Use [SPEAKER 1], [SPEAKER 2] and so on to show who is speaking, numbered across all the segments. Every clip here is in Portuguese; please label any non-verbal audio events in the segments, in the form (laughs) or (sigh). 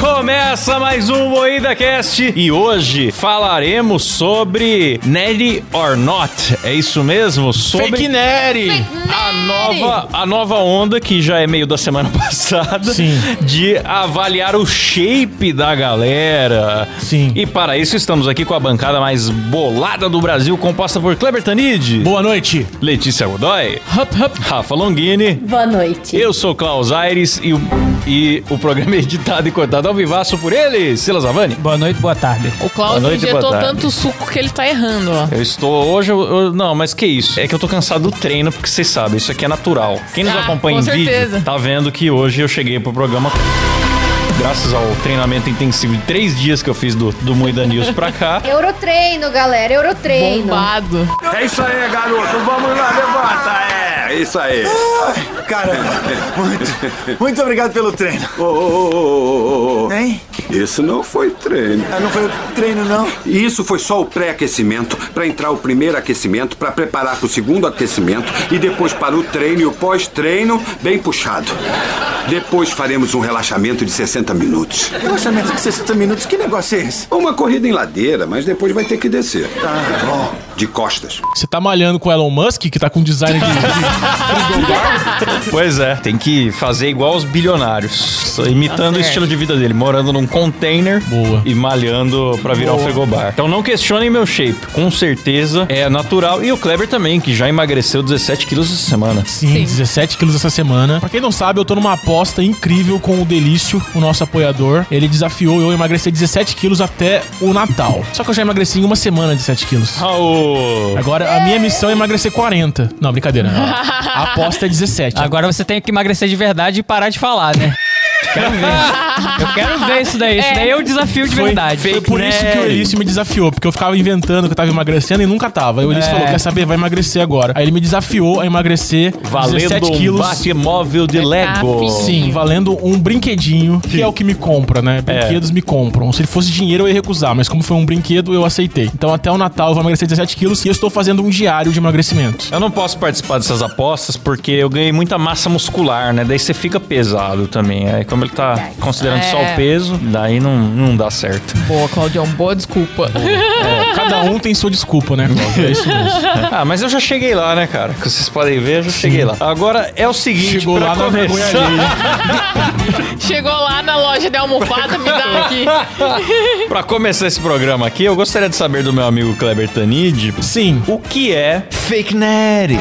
[SPEAKER 1] Começa mais um Moída Cast e hoje falaremos sobre Nelly or Not. É isso mesmo? Sobre
[SPEAKER 2] Fake Nery.
[SPEAKER 1] a nova, a nova onda, que já é meio da semana (laughs) passada,
[SPEAKER 2] Sim.
[SPEAKER 1] de avaliar o shape da galera.
[SPEAKER 2] Sim.
[SPEAKER 1] E para isso estamos aqui com a bancada mais bolada do Brasil, composta por Kleber Tanid,
[SPEAKER 2] Boa noite.
[SPEAKER 1] Letícia Godoy,
[SPEAKER 2] Hup, hup.
[SPEAKER 1] Rafa Longini.
[SPEAKER 3] Boa noite.
[SPEAKER 1] Eu sou o Klaus Aires e o, e o programa é editado e cortado ao vivaço por ele, Silas Avani.
[SPEAKER 2] Boa noite, boa tarde.
[SPEAKER 4] O
[SPEAKER 1] Boa
[SPEAKER 4] Klaus
[SPEAKER 1] noite,
[SPEAKER 4] injetou
[SPEAKER 1] boa tarde.
[SPEAKER 4] tanto suco que ele tá errando, ó.
[SPEAKER 1] Eu estou hoje. eu- eu- não, mas que isso? É que eu tô cansado do treino, porque vocês sabem, isso aqui é natural. Quem nos
[SPEAKER 4] Ah,
[SPEAKER 1] acompanha em
[SPEAKER 4] com certeza.
[SPEAKER 1] vídeo tá vendo que hoje eu cheguei pro programa. Graças ao treinamento intensivo de três dias que eu fiz do, do Moida News pra cá.
[SPEAKER 3] Eurotreino, galera, Eurotreino.
[SPEAKER 4] Bombado.
[SPEAKER 5] É isso aí, garoto. Vamos lá, levanta. É, isso aí.
[SPEAKER 6] Caramba, muito, muito obrigado pelo treino,
[SPEAKER 5] Ô, ô, ô, ô, ô, ô.
[SPEAKER 6] hein?
[SPEAKER 5] Isso não foi treino.
[SPEAKER 6] Ah, Não foi o treino, não.
[SPEAKER 5] Isso foi só o pré-aquecimento, pra entrar o primeiro aquecimento, pra preparar pro segundo aquecimento e depois para o treino e o pós-treino bem puxado. Depois faremos um relaxamento de 60 minutos.
[SPEAKER 6] Relaxamento de 60 minutos, que negócio é esse?
[SPEAKER 5] Uma corrida em ladeira, mas depois vai ter que descer.
[SPEAKER 6] Ah, bom.
[SPEAKER 5] De costas.
[SPEAKER 2] Você tá malhando com o Elon Musk, que tá com design (laughs) de...
[SPEAKER 1] Pois é, tem que fazer igual os bilionários. Tô imitando
[SPEAKER 4] Tá
[SPEAKER 1] o
[SPEAKER 4] certo.
[SPEAKER 1] estilo de vida dele, morando num container
[SPEAKER 2] Boa.
[SPEAKER 1] e malhando pra virar um
[SPEAKER 2] Boa.
[SPEAKER 1] frigobar. Então não questionem meu shape. Com certeza é natural. E o Kleber também, que já emagreceu 17 quilos essa semana.
[SPEAKER 2] Sim, 17 quilos essa semana. Pra quem não sabe, eu tô numa aposta incrível com o Delício, o nosso apoiador. Ele desafiou eu a emagrecer 17 quilos até o Natal. Só que eu já emagreci em uma semana 17 quilos.
[SPEAKER 1] Aô!
[SPEAKER 2] Agora, a minha missão é emagrecer 40. Não, brincadeira. A aposta (laughs) é 17.
[SPEAKER 7] Agora você tem que emagrecer de verdade e parar de falar, né? Quero ver. Eu quero ver isso daí. Isso daí é o desafio de verdade.
[SPEAKER 2] Foi por isso que o Elício me desafiou, porque eu ficava inventando que eu tava emagrecendo e nunca tava. Aí o Elício
[SPEAKER 7] É.
[SPEAKER 2] falou: quer saber? Vai emagrecer agora. Aí ele me desafiou a emagrecer
[SPEAKER 1] Valendo
[SPEAKER 2] 17
[SPEAKER 1] um
[SPEAKER 2] quilos.
[SPEAKER 1] batemóvel de Lego.
[SPEAKER 4] tá,
[SPEAKER 2] Sim, valendo um brinquedinho, que é o que me compra, né? Brinquedos me compram. Se ele fosse dinheiro, eu ia recusar, mas como foi um brinquedo, eu aceitei. Então até o Natal eu vou emagrecer 17 quilos e eu estou fazendo um diário de emagrecimento.
[SPEAKER 1] Eu não posso participar dessas apostas porque eu ganhei muita massa muscular, né? Daí você fica pesado também. Aí como ele tá considerando só o
[SPEAKER 4] É.
[SPEAKER 1] peso, daí não, não dá certo.
[SPEAKER 4] Boa, Claudião, boa desculpa.
[SPEAKER 2] Cada um tem sua desculpa, né? Cláudio? É isso mesmo.
[SPEAKER 1] Ah, mas eu já cheguei lá, né, cara? Que vocês podem ver, eu já cheguei lá. Agora é o seguinte,
[SPEAKER 2] Chegou
[SPEAKER 1] pra
[SPEAKER 2] lá na vergonha
[SPEAKER 1] começar...
[SPEAKER 2] alheia.
[SPEAKER 4] Chegou lá na loja de almofada,
[SPEAKER 2] (laughs)
[SPEAKER 4] me dá aqui.
[SPEAKER 1] (laughs) Pra começar esse programa aqui, eu gostaria de saber do meu amigo Kleber Tanid
[SPEAKER 2] Sim,
[SPEAKER 1] o que é fake nerd.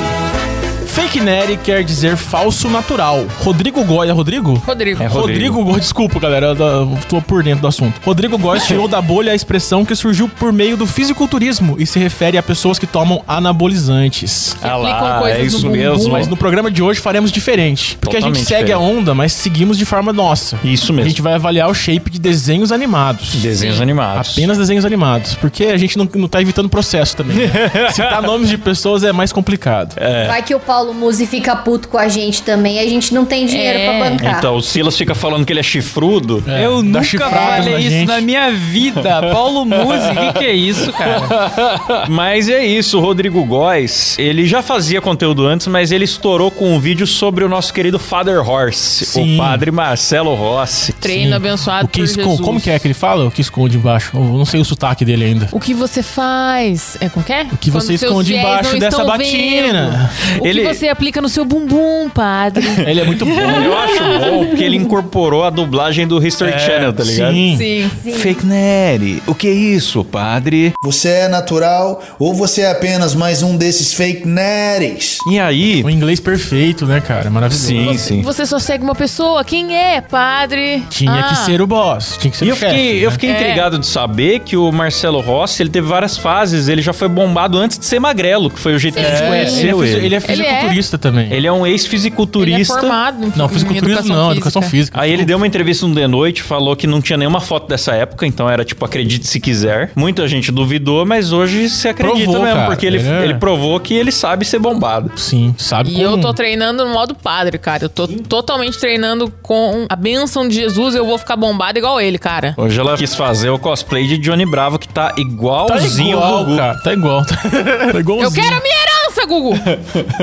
[SPEAKER 2] fake nerd quer dizer falso natural. Rodrigo Goya, Rodrigo?
[SPEAKER 4] Rodrigo.
[SPEAKER 1] É, Rodrigo.
[SPEAKER 2] Rodrigo, Góes, desculpa, galera, eu da- tô por dentro do assunto. Rodrigo Góes tirou da bolha a expressão que surgiu por meio do fisiculturismo e se refere a pessoas que tomam anabolizantes.
[SPEAKER 1] Ah
[SPEAKER 4] Explicam
[SPEAKER 1] lá,
[SPEAKER 4] coisas
[SPEAKER 1] é
[SPEAKER 4] no
[SPEAKER 1] isso
[SPEAKER 4] bumbum,
[SPEAKER 1] mesmo.
[SPEAKER 2] Mas no programa de hoje faremos diferente. Porque a gente
[SPEAKER 1] Totalmente
[SPEAKER 2] segue a
[SPEAKER 1] diferente.
[SPEAKER 2] onda, mas seguimos de forma nossa.
[SPEAKER 1] Isso
[SPEAKER 2] A
[SPEAKER 1] mesmo.
[SPEAKER 2] gente vai avaliar o shape de desenhos animados.
[SPEAKER 1] Desenhos
[SPEAKER 4] Sim.
[SPEAKER 1] animados.
[SPEAKER 2] Apenas desenhos animados. Porque a gente não, não tá evitando processo também.
[SPEAKER 1] (laughs)
[SPEAKER 2] né? Citar nomes de pessoas é mais complicado.
[SPEAKER 3] Vai que o Paulo Musi fica puto com a gente também e a gente não tem dinheiro
[SPEAKER 4] É.
[SPEAKER 3] pra bancar.
[SPEAKER 1] Então, o Silas fica falando que ele é chifrudo.
[SPEAKER 2] É,
[SPEAKER 7] Eu
[SPEAKER 2] dá
[SPEAKER 7] nunca
[SPEAKER 2] chifrada
[SPEAKER 7] falei
[SPEAKER 2] na
[SPEAKER 7] isso
[SPEAKER 2] gente.
[SPEAKER 7] na minha vida. Paulo Musi, o que, que é isso, cara?
[SPEAKER 1] (laughs) Mas é isso, o Rodrigo Góes, ele já fazia conteúdo antes, mas ele estourou com um vídeo sobre o nosso querido Father Horse,
[SPEAKER 2] Sim.
[SPEAKER 1] o padre Marcelo Rossi.
[SPEAKER 4] Treino abençoado
[SPEAKER 2] O que
[SPEAKER 4] por
[SPEAKER 2] esco-
[SPEAKER 4] Jesus.
[SPEAKER 2] Como que é que ele fala? O que esconde embaixo? Eu não sei o sotaque dele ainda.
[SPEAKER 4] O que você faz? É como que é? O
[SPEAKER 2] que você esconde embaixo dessa batina.
[SPEAKER 4] O
[SPEAKER 1] Ele-
[SPEAKER 4] que você aplica no seu bumbum, padre?
[SPEAKER 2] Ele é muito bom.
[SPEAKER 1] (laughs) Eu acho bom porque ele incorporou a dublagem do History Channel, tá ligado?
[SPEAKER 2] (laughs) É, Sim.
[SPEAKER 4] Sim.
[SPEAKER 1] Fake Neri, o que é isso, padre?
[SPEAKER 8] Você é natural ou você é apenas mais um desses fake nerds?
[SPEAKER 1] E aí...
[SPEAKER 2] Um inglês perfeito, né, cara? Maravilhoso.
[SPEAKER 1] Sim, sim.
[SPEAKER 4] Você só segue uma pessoa. Quem é, padre?
[SPEAKER 2] Tinha
[SPEAKER 4] Ah,
[SPEAKER 2] que ser o boss. Tinha que ser
[SPEAKER 1] E
[SPEAKER 2] o
[SPEAKER 1] eu fiquei,
[SPEAKER 2] chefe,
[SPEAKER 1] eu
[SPEAKER 2] né?
[SPEAKER 1] fiquei
[SPEAKER 4] É.
[SPEAKER 1] intrigado de saber que o Marcelo Rossi, ele teve várias fases, ele já foi bombado antes de ser magrelo, que foi o jeito que a gente
[SPEAKER 2] Ele
[SPEAKER 4] Sim.
[SPEAKER 2] é,
[SPEAKER 1] conheceu
[SPEAKER 2] fisi-
[SPEAKER 1] ele.
[SPEAKER 2] ele é
[SPEAKER 4] Ele é?
[SPEAKER 2] fisiculturista também.
[SPEAKER 1] Ele é um
[SPEAKER 4] Ele é
[SPEAKER 1] ex-fisiculturista.
[SPEAKER 4] formado em-
[SPEAKER 2] Não,
[SPEAKER 4] em
[SPEAKER 2] fisiculturista não, educação física.
[SPEAKER 1] Aí ele deu uma entrevista no The Noite, falou que não tinha nenhuma foto dessa época, então era tipo, acredite se quiser. Muita gente duvidou, mas hoje se acredita
[SPEAKER 2] Provou,
[SPEAKER 1] mesmo,
[SPEAKER 2] cara.
[SPEAKER 1] porque ele,
[SPEAKER 2] É.
[SPEAKER 1] ele provou que ele sabe ser bombado.
[SPEAKER 2] Sim, sabe
[SPEAKER 4] E
[SPEAKER 2] como-
[SPEAKER 4] eu tô treinando no modo padre, cara. Eu tô totalmente treinando com a bênção de Jesus. Eu vou ficar bombado igual ele, cara.
[SPEAKER 1] Hoje ela quis fazer o cosplay de Johnny Bravo, que tá
[SPEAKER 2] Tá
[SPEAKER 1] igualzinho ao
[SPEAKER 2] igual,
[SPEAKER 1] Gugu. (laughs)
[SPEAKER 2] cara. Tá igual. Tá, tá igualzinho.
[SPEAKER 1] é.
[SPEAKER 4] Eu quero a minha herança! Pensa, Gugu.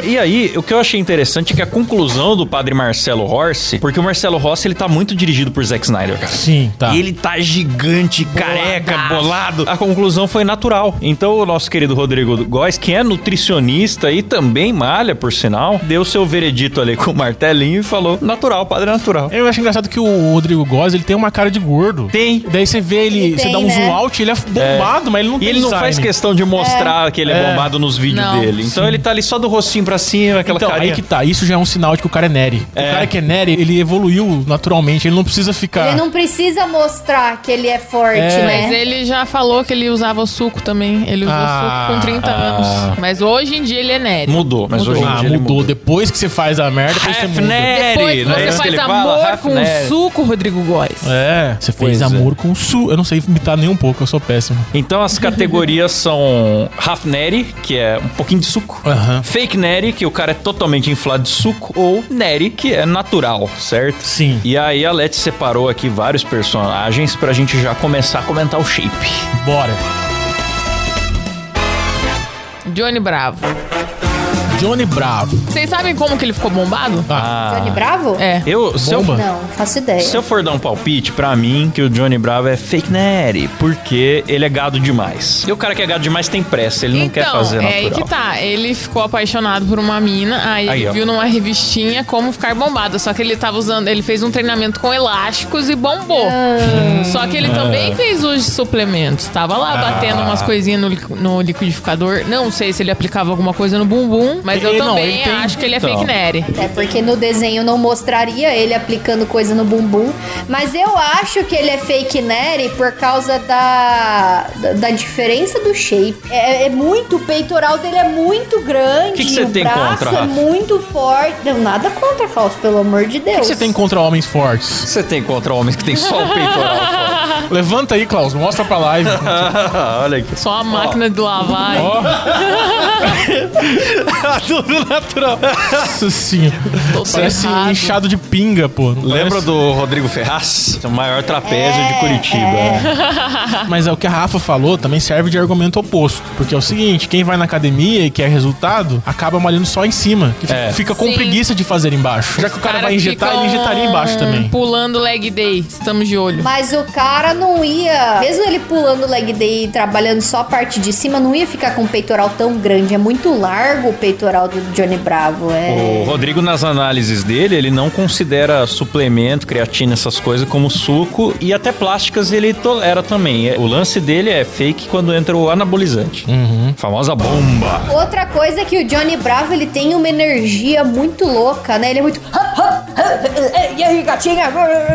[SPEAKER 1] E aí, o que eu achei interessante é que a conclusão do padre Marcelo Horse, porque o Marcelo Rossi ele tá muito dirigido por Zack Snyder, cara.
[SPEAKER 2] Sim, tá.
[SPEAKER 1] E ele tá gigante, careca,
[SPEAKER 4] Boladaço.
[SPEAKER 1] bolado. A conclusão foi natural. Então, o nosso querido Rodrigo Góes, que é nutricionista e também malha, por sinal, deu seu veredito ali com o martelinho e falou: natural, padre natural.
[SPEAKER 2] Eu acho engraçado que o Rodrigo Góes, ele tem uma cara de gordo.
[SPEAKER 1] Tem.
[SPEAKER 2] Daí você vê ele,
[SPEAKER 3] Ele
[SPEAKER 2] você
[SPEAKER 3] tem,
[SPEAKER 2] dá um
[SPEAKER 3] né?
[SPEAKER 2] zoom out, ele é bombado, mas ele não
[SPEAKER 1] E
[SPEAKER 2] tem
[SPEAKER 1] ele não
[SPEAKER 2] design.
[SPEAKER 1] faz questão de mostrar que ele é,
[SPEAKER 2] É.
[SPEAKER 1] bombado nos vídeos
[SPEAKER 4] Não.
[SPEAKER 1] dele. Então ele tá ali só do rostinho pra cima, aquela
[SPEAKER 2] Então,
[SPEAKER 1] carinha.
[SPEAKER 2] aí que tá, isso já é um sinal de que o cara é Nery. O cara que é Nery, ele evoluiu naturalmente, ele não precisa ficar.
[SPEAKER 3] Ele
[SPEAKER 1] ah.
[SPEAKER 3] não precisa mostrar que ele é forte,
[SPEAKER 2] É.
[SPEAKER 4] Mas
[SPEAKER 3] né?
[SPEAKER 4] ele já falou que ele usava o suco também. Ele usou
[SPEAKER 2] Ah.
[SPEAKER 4] suco com 30 anos. Mas hoje em dia ele é nerd.
[SPEAKER 1] Mudou, mas hoje em
[SPEAKER 2] Ah,
[SPEAKER 1] dia ele
[SPEAKER 2] mudou. Depois que você faz a merda, depois você muda.
[SPEAKER 4] Depois que
[SPEAKER 1] não é
[SPEAKER 4] você
[SPEAKER 1] isso que
[SPEAKER 4] faz
[SPEAKER 1] ele
[SPEAKER 4] amor
[SPEAKER 1] fala?
[SPEAKER 4] com
[SPEAKER 1] Rafneri.
[SPEAKER 4] suco, Rodrigo Góes.
[SPEAKER 2] É, você fez
[SPEAKER 1] Pois é.
[SPEAKER 2] amor com o Su. Eu não sei imitar nem um pouco, eu sou péssimo.
[SPEAKER 1] Então as categorias são Rafneri, que é um pouquinho de suco.
[SPEAKER 2] Aham.
[SPEAKER 1] Fake Neri, que o cara é totalmente inflado de suco, ou Neri, que é natural, certo?
[SPEAKER 2] Sim.
[SPEAKER 1] E aí a Leti separou aqui vários personagens pra gente já começar a comentar o shape.
[SPEAKER 2] Bora.
[SPEAKER 1] É.
[SPEAKER 4] Johnny Bravo.
[SPEAKER 2] Johnny Bravo.
[SPEAKER 4] Vocês sabem como que ele ficou bombado?
[SPEAKER 1] Ah.
[SPEAKER 3] Johnny Bravo?
[SPEAKER 4] É.
[SPEAKER 1] Eu, se eu,
[SPEAKER 2] Bomba.
[SPEAKER 3] Não, não faço ideia.
[SPEAKER 1] se eu for dar um palpite, pra mim, que o Johnny Bravo é fake Neri, porque ele é gado demais. E o cara que é gado demais tem pressa, ele não quer fazer
[SPEAKER 4] é aí
[SPEAKER 1] natural.
[SPEAKER 4] que tá. Ele ficou apaixonado por uma mina, aí,
[SPEAKER 1] Aí,
[SPEAKER 4] ele
[SPEAKER 1] ó.
[SPEAKER 4] viu numa revistinha como ficar bombado. Só que ele tava usando, ele fez um treinamento com elásticos e bombou. Só que ele também
[SPEAKER 2] Ah.
[SPEAKER 4] fez os suplementos. Tava lá batendo umas coisinhas no, liqu- no liquidificador. Não sei se ele aplicava alguma coisa no bumbum, mas eu
[SPEAKER 2] Ele não,
[SPEAKER 4] também
[SPEAKER 2] ele tem-
[SPEAKER 4] acho que ele é
[SPEAKER 1] Então.
[SPEAKER 4] fake nerd.
[SPEAKER 3] É porque no desenho não mostraria ele aplicando coisa no bumbum. Mas eu acho que ele é fake Nery por causa da, da, da diferença do shape. É, é muito, o peitoral dele é muito grande.
[SPEAKER 1] Que que você
[SPEAKER 3] o
[SPEAKER 1] tem
[SPEAKER 3] braço
[SPEAKER 1] contra,
[SPEAKER 3] é
[SPEAKER 1] Rafa?
[SPEAKER 3] muito forte. Não, nada contra, Fausto, pelo amor de Deus.
[SPEAKER 2] O que você tem contra homens fortes?
[SPEAKER 1] Você tem contra homens que tem só o (laughs) peitoral fora.
[SPEAKER 2] Levanta aí, Klaus, mostra pra
[SPEAKER 4] (laughs)
[SPEAKER 2] live.
[SPEAKER 1] (laughs) Olha aqui.
[SPEAKER 4] Só a máquina de lavar.
[SPEAKER 1] Tá Tudo natural.
[SPEAKER 2] Nossa senhora.
[SPEAKER 4] Tô
[SPEAKER 2] Parece
[SPEAKER 4] errado.
[SPEAKER 2] inchado de pinga, pô. Não
[SPEAKER 1] Lembra
[SPEAKER 2] parece?
[SPEAKER 1] do Rodrigo Ferraz? É. O maior trapézio de Curitiba. né?
[SPEAKER 2] Mas é o que a Rafa falou também serve de argumento oposto. Porque é o seguinte: quem vai na academia e quer resultado, acaba malhando só em cima. Que
[SPEAKER 1] É.
[SPEAKER 2] fica com
[SPEAKER 4] Sim.
[SPEAKER 2] preguiça de fazer embaixo. Já que o cara, vai injetar,
[SPEAKER 4] ficam
[SPEAKER 2] ele injetaria embaixo também.
[SPEAKER 4] Pulando leg day. Estamos de olho.
[SPEAKER 3] Mas o cara não ia, mesmo ele pulando leg day e trabalhando só a parte de cima, não ia ficar com o peitoral tão grande. É muito largo o peitoral do Johnny Bravo. É.
[SPEAKER 1] O Rodrigo, nas análises dele, ele não considera suplemento, creatina, essas coisas, como suco. E até plásticas ele tolera também. É, O lance dele é fake quando entra o anabolizante. Famosa bomba.
[SPEAKER 3] Outra coisa é que o Johnny Bravo ele tem uma energia muito louca, né? Ele é muito. E aí, gatinha?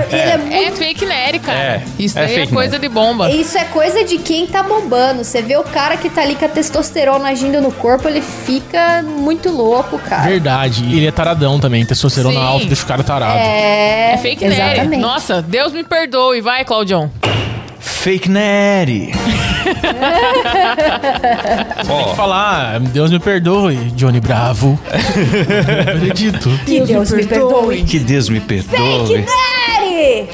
[SPEAKER 3] E Ele é muito.
[SPEAKER 4] É fake nerd, cara.
[SPEAKER 1] É,
[SPEAKER 4] Isso
[SPEAKER 1] é
[SPEAKER 4] aí é
[SPEAKER 1] fake
[SPEAKER 4] coisa
[SPEAKER 1] nerd.
[SPEAKER 4] de bomba.
[SPEAKER 3] Isso é coisa de quem tá bombando. Você vê o cara que tá ali com a testosterona agindo no corpo, ele fica muito louco, cara.
[SPEAKER 2] Verdade. E ele é taradão também. Testosterona
[SPEAKER 4] Sim.
[SPEAKER 2] alta deixa o cara tarado.
[SPEAKER 3] É,
[SPEAKER 4] É fake nerd.
[SPEAKER 3] exatamente.
[SPEAKER 4] Nossa, Deus me perdoe. Vai, Claudião.
[SPEAKER 1] Fake Neri.
[SPEAKER 2] Tem que
[SPEAKER 1] Ó,
[SPEAKER 2] falar, "Ah, Deus me perdoe, Johnny
[SPEAKER 4] (laughs)
[SPEAKER 2] Bravo. Não acredito.
[SPEAKER 3] Que Deus me perdoe.
[SPEAKER 1] que Deus me
[SPEAKER 3] Fake
[SPEAKER 1] perdoe.
[SPEAKER 3] Neri!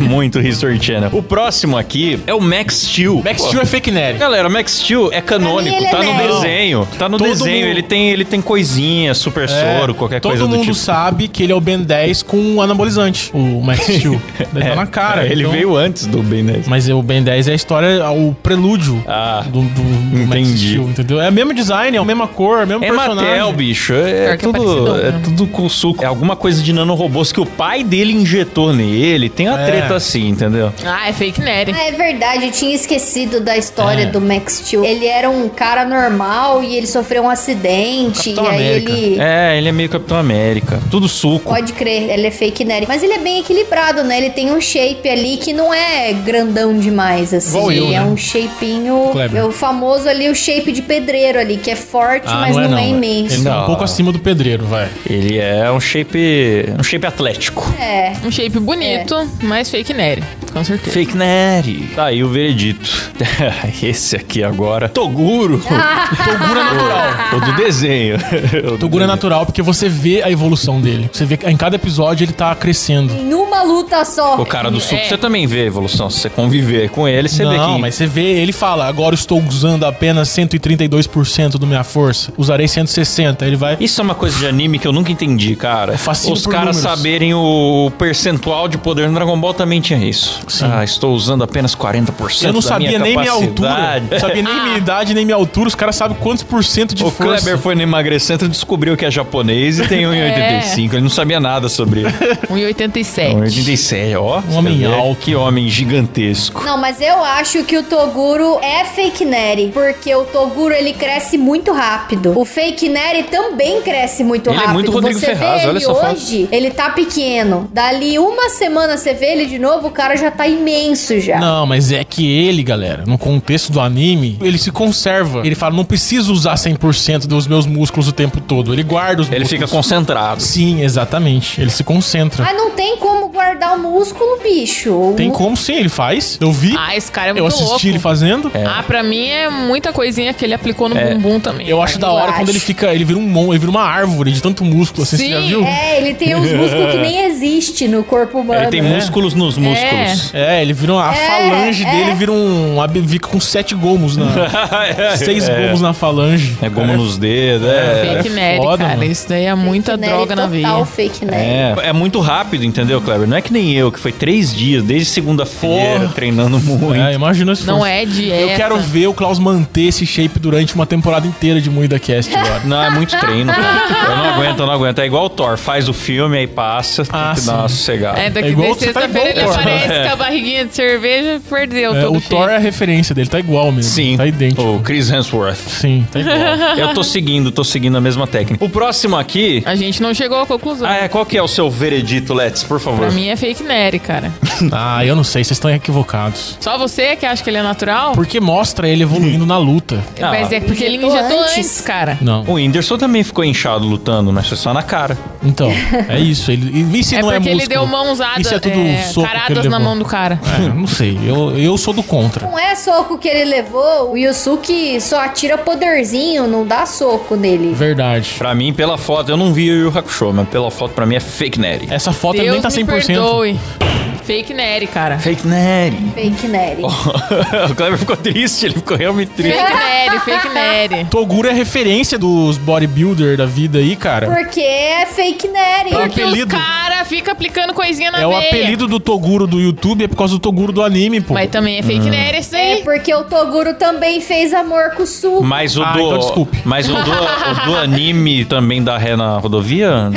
[SPEAKER 1] Muito History Channel. O próximo aqui é o Max Steel.
[SPEAKER 2] Max
[SPEAKER 1] Pô,
[SPEAKER 2] Steel é fake nerd.
[SPEAKER 1] Galera, Max Steel é
[SPEAKER 3] Pra mim,
[SPEAKER 1] canônico,
[SPEAKER 3] ele é
[SPEAKER 1] tá no
[SPEAKER 3] nerd.
[SPEAKER 1] desenho. Tá no
[SPEAKER 2] Todo
[SPEAKER 1] desenho,
[SPEAKER 2] mundo- É,
[SPEAKER 1] ele tem ele tem coisinha, super soro, qualquer
[SPEAKER 2] Todo
[SPEAKER 1] coisa do
[SPEAKER 2] mundo
[SPEAKER 1] tipo.
[SPEAKER 2] sabe que ele é o Ben 10 com um anabolizante, o
[SPEAKER 1] (laughs)
[SPEAKER 2] Max Steel. Ele tá na cara.
[SPEAKER 1] É. Ele
[SPEAKER 2] então-
[SPEAKER 1] veio antes do Ben 10.
[SPEAKER 2] Mas o Ben 10 é a história, o prelúdio
[SPEAKER 1] Ah,
[SPEAKER 2] do, do, do Max
[SPEAKER 1] entendi.
[SPEAKER 2] Steel, entendeu? É o mesmo design, é a mesma cor, é o mesmo
[SPEAKER 1] É
[SPEAKER 2] personagem.
[SPEAKER 1] Mattel, bicho. É,
[SPEAKER 4] Pior que é
[SPEAKER 1] tudo,
[SPEAKER 4] parecidão,
[SPEAKER 1] é
[SPEAKER 4] né?
[SPEAKER 1] tudo com suco. É alguma coisa de nanorobôs que o pai dele injetou nele. Tem uma
[SPEAKER 2] É.
[SPEAKER 1] treta assim, entendeu?
[SPEAKER 4] Ah, é fake nerd.
[SPEAKER 3] Ah, é verdade, eu tinha esquecido da
[SPEAKER 2] É.
[SPEAKER 3] história do Max Steel. Ele era um cara normal e ele sofreu um acidente.
[SPEAKER 2] Capitão
[SPEAKER 3] e aí
[SPEAKER 2] América.
[SPEAKER 3] ele.
[SPEAKER 1] É, ele é meio Capitão América. Tudo suco.
[SPEAKER 3] Pode crer, ele é fake nerd. Mas ele é bem equilibrado, né? Ele tem um shape ali que não é grandão demais, assim.
[SPEAKER 2] Igual eu,
[SPEAKER 3] é
[SPEAKER 2] né?
[SPEAKER 3] um shapeinho.
[SPEAKER 2] Kleber.
[SPEAKER 3] É o famoso ali, o shape de pedreiro ali, que é forte,
[SPEAKER 2] Ah,
[SPEAKER 3] mas não é, imenso.
[SPEAKER 2] Ele tá
[SPEAKER 1] Não.
[SPEAKER 2] um pouco acima do pedreiro, vai.
[SPEAKER 1] Ele é um shape. um shape atlético.
[SPEAKER 3] É.
[SPEAKER 4] Um shape bonito. mito, mas fake Nery, com certeza.
[SPEAKER 1] Fake Neri. Tá aí o veredito. (laughs) Esse aqui agora. (laughs) Toguro.
[SPEAKER 2] Toguro é natural.
[SPEAKER 1] o do desenho. (laughs)
[SPEAKER 2] Toguro é natural porque você vê a evolução dele. Você vê que em cada episódio ele tá crescendo.
[SPEAKER 3] Em uma luta só.
[SPEAKER 1] O cara do suco,
[SPEAKER 4] É.
[SPEAKER 1] você também vê a evolução. Se você conviver com ele, você vê
[SPEAKER 2] não,
[SPEAKER 1] que...
[SPEAKER 2] mas você vê, ele fala, agora estou usando apenas 132% do minha força. Usarei 160. Ele vai...
[SPEAKER 1] Isso é uma coisa de anime que eu nunca entendi, cara.
[SPEAKER 2] É fascínio
[SPEAKER 1] Os
[SPEAKER 2] por
[SPEAKER 1] caras
[SPEAKER 2] números.
[SPEAKER 1] saberem o percentual de poder no Dragon Ball também tinha isso.
[SPEAKER 2] Sim.
[SPEAKER 1] Ah, estou usando apenas 40%
[SPEAKER 2] Eu não
[SPEAKER 1] da minha
[SPEAKER 2] sabia nem minha altura.
[SPEAKER 1] capacidade.
[SPEAKER 2] Não sabia nem minha idade, nem minha altura. Os caras sabem quantos por cento (laughs) de
[SPEAKER 1] O
[SPEAKER 2] força.
[SPEAKER 1] Kleber foi no emagrecentro e descobriu que é japonês e
[SPEAKER 2] (laughs)
[SPEAKER 1] tem 1,85. Ele não sabia nada sobre ele. Então,
[SPEAKER 4] 1,87.
[SPEAKER 1] 1,87, ó.
[SPEAKER 2] Um
[SPEAKER 1] Você
[SPEAKER 2] homem
[SPEAKER 1] vê
[SPEAKER 2] alto.
[SPEAKER 1] Que homem gigantesco.
[SPEAKER 3] Não, mas eu acho que o Toguro é fake Nery, porque o Toguro ele cresce muito rápido. O fake Nery também cresce muito
[SPEAKER 1] Ele é
[SPEAKER 3] rápido.
[SPEAKER 1] muito Rodrigo
[SPEAKER 3] você
[SPEAKER 1] Ferraz,
[SPEAKER 3] vê
[SPEAKER 1] olha
[SPEAKER 3] ele
[SPEAKER 1] essa foto.
[SPEAKER 3] hoje, ele tá pequeno. Dali uma semana você vê ele de novo, o cara já tá imenso já.
[SPEAKER 2] Não, mas é que ele, galera, no contexto do anime, ele se conserva. Ele fala, não preciso usar 100% dos meus músculos o tempo todo. Ele guarda os
[SPEAKER 1] Ele
[SPEAKER 2] músculos.
[SPEAKER 1] fica concentrado.
[SPEAKER 2] Sim, exatamente. Ele se concentra.
[SPEAKER 3] Mas não tem como guardar o músculo, bicho.
[SPEAKER 2] Tem como sim, ele faz. Eu vi,
[SPEAKER 4] Ah, esse cara é muito
[SPEAKER 2] eu assisti
[SPEAKER 4] louco.
[SPEAKER 2] ele fazendo.
[SPEAKER 4] Ah, pra mim é muita coisinha que ele aplicou no bumbum também.
[SPEAKER 2] É. Eu acho da hora
[SPEAKER 3] Eu
[SPEAKER 2] quando ele
[SPEAKER 3] acho.
[SPEAKER 2] fica, ele vira um mon, ele vira uma árvore de tanto músculo, assim, você
[SPEAKER 4] Sim,
[SPEAKER 2] já viu? É.
[SPEAKER 3] É, ele tem uns músculos
[SPEAKER 1] (laughs)
[SPEAKER 3] que nem existe no corpo humano. né?
[SPEAKER 1] Ele tem músculos nos (laughs) músculos.
[SPEAKER 2] ele vira uma, a
[SPEAKER 3] É,
[SPEAKER 2] falange
[SPEAKER 3] é.
[SPEAKER 2] dele vira um, uma- fica com sete gomos na, seis gomos na falange.
[SPEAKER 1] É goma nos dedos,
[SPEAKER 2] É,
[SPEAKER 1] é.
[SPEAKER 4] Fake
[SPEAKER 2] é
[SPEAKER 4] Nery,
[SPEAKER 2] foda,
[SPEAKER 4] cara.
[SPEAKER 2] mano.
[SPEAKER 4] Isso daí é muita
[SPEAKER 3] Fake Nery
[SPEAKER 4] droga na veia.
[SPEAKER 3] Total fake Nery.
[SPEAKER 1] É, é muito rápido, entendeu, Kleber? Não é que nem eu, que foi três dias, desde segunda-feira,
[SPEAKER 2] Porra.
[SPEAKER 1] treinando muito.
[SPEAKER 2] É, imagina se
[SPEAKER 4] Não
[SPEAKER 2] fosse.
[SPEAKER 4] é dieta.
[SPEAKER 2] Eu quero ver o Klaus manter esse shape durante uma temporada inteira de Moída
[SPEAKER 4] (laughs)
[SPEAKER 2] Cast agora.
[SPEAKER 1] Não, é muito treino, cara. Eu não aguento, eu não aguento. É igual o Thor, faz o filme, aí passa,
[SPEAKER 2] Ah,
[SPEAKER 1] tem que dar
[SPEAKER 2] sim.
[SPEAKER 1] uma sossegada.
[SPEAKER 4] É,
[SPEAKER 2] É
[SPEAKER 4] daqui
[SPEAKER 2] igual
[SPEAKER 4] de
[SPEAKER 2] você tá
[SPEAKER 4] sexta-feira ele
[SPEAKER 2] igual o Thor.
[SPEAKER 4] aparece com a barriguinha de cerveja e perdeu
[SPEAKER 2] É,
[SPEAKER 4] todo
[SPEAKER 2] o Thor é a referência dele, tá igual mesmo.
[SPEAKER 1] Sim.
[SPEAKER 2] Tá idêntico.
[SPEAKER 1] O Chris
[SPEAKER 2] (laughs)
[SPEAKER 1] Hemsworth.
[SPEAKER 2] Sim, tá igual.
[SPEAKER 1] Eu tô seguindo, tô seguindo a mesma técnica. O próximo aqui.
[SPEAKER 4] A gente não chegou à conclusão.
[SPEAKER 1] Ah, é, qual que é o seu veredito, Let's, por favor?
[SPEAKER 4] Pra mim é fake Nery, cara.
[SPEAKER 2] ah, eu não sei, vocês estão equivocados.
[SPEAKER 4] Só você que acha que ele é natural?
[SPEAKER 2] Porque mostra ele evoluindo na luta.
[SPEAKER 1] Ah.
[SPEAKER 4] Mas é porque ele injetou antes, cara.
[SPEAKER 2] Não.
[SPEAKER 1] O Whindersson também ficou inchado lutando, mas foi só na cara.
[SPEAKER 2] Então, é isso. Ele, e se
[SPEAKER 4] É
[SPEAKER 2] não
[SPEAKER 4] porque
[SPEAKER 2] é músculo?
[SPEAKER 4] ele deu mãozadas,
[SPEAKER 2] Isso é tudo soco que
[SPEAKER 4] caradas
[SPEAKER 2] ele
[SPEAKER 4] na
[SPEAKER 2] levou.
[SPEAKER 4] mão do cara.
[SPEAKER 2] É, eu não sei. Eu, eu sou do contra.
[SPEAKER 3] Não é soco que ele levou, o Yusuke só atira poderzinho, não dá soco nele.
[SPEAKER 2] Verdade.
[SPEAKER 1] Pra mim, pela foto, eu não vi o Yu Yu Hakusho, mas pela foto, pra mim, é fake Nery.
[SPEAKER 2] Essa foto ele nem
[SPEAKER 4] Deus
[SPEAKER 2] tá
[SPEAKER 4] me
[SPEAKER 2] 100%.
[SPEAKER 4] perdoe. Fake Nery, cara.
[SPEAKER 1] É Fake Nery.
[SPEAKER 3] Fake Nery.
[SPEAKER 1] (laughs) Oh. o Kleber ficou triste, ele ficou realmente triste.
[SPEAKER 4] Fake Nery, fake Nery.
[SPEAKER 2] Toguro (laughs) é referência dos bodybuilder da vida aí, cara.
[SPEAKER 3] Porque é fake Nery.
[SPEAKER 2] Por
[SPEAKER 4] Porque os
[SPEAKER 2] apelido.
[SPEAKER 4] cara fica aplicando coisinha na
[SPEAKER 2] É o
[SPEAKER 4] veia.
[SPEAKER 2] apelido do Toguro do YouTube, é por causa do Toguro do anime, pô. Hum.
[SPEAKER 4] Mas também é fake Nery esse
[SPEAKER 3] É
[SPEAKER 4] aí.
[SPEAKER 3] porque o Toguro também fez amor com o Su.
[SPEAKER 1] Mas o
[SPEAKER 2] Ah,
[SPEAKER 1] do.
[SPEAKER 2] então desculpe.
[SPEAKER 1] Mas o do, o do anime também da ré na rodovia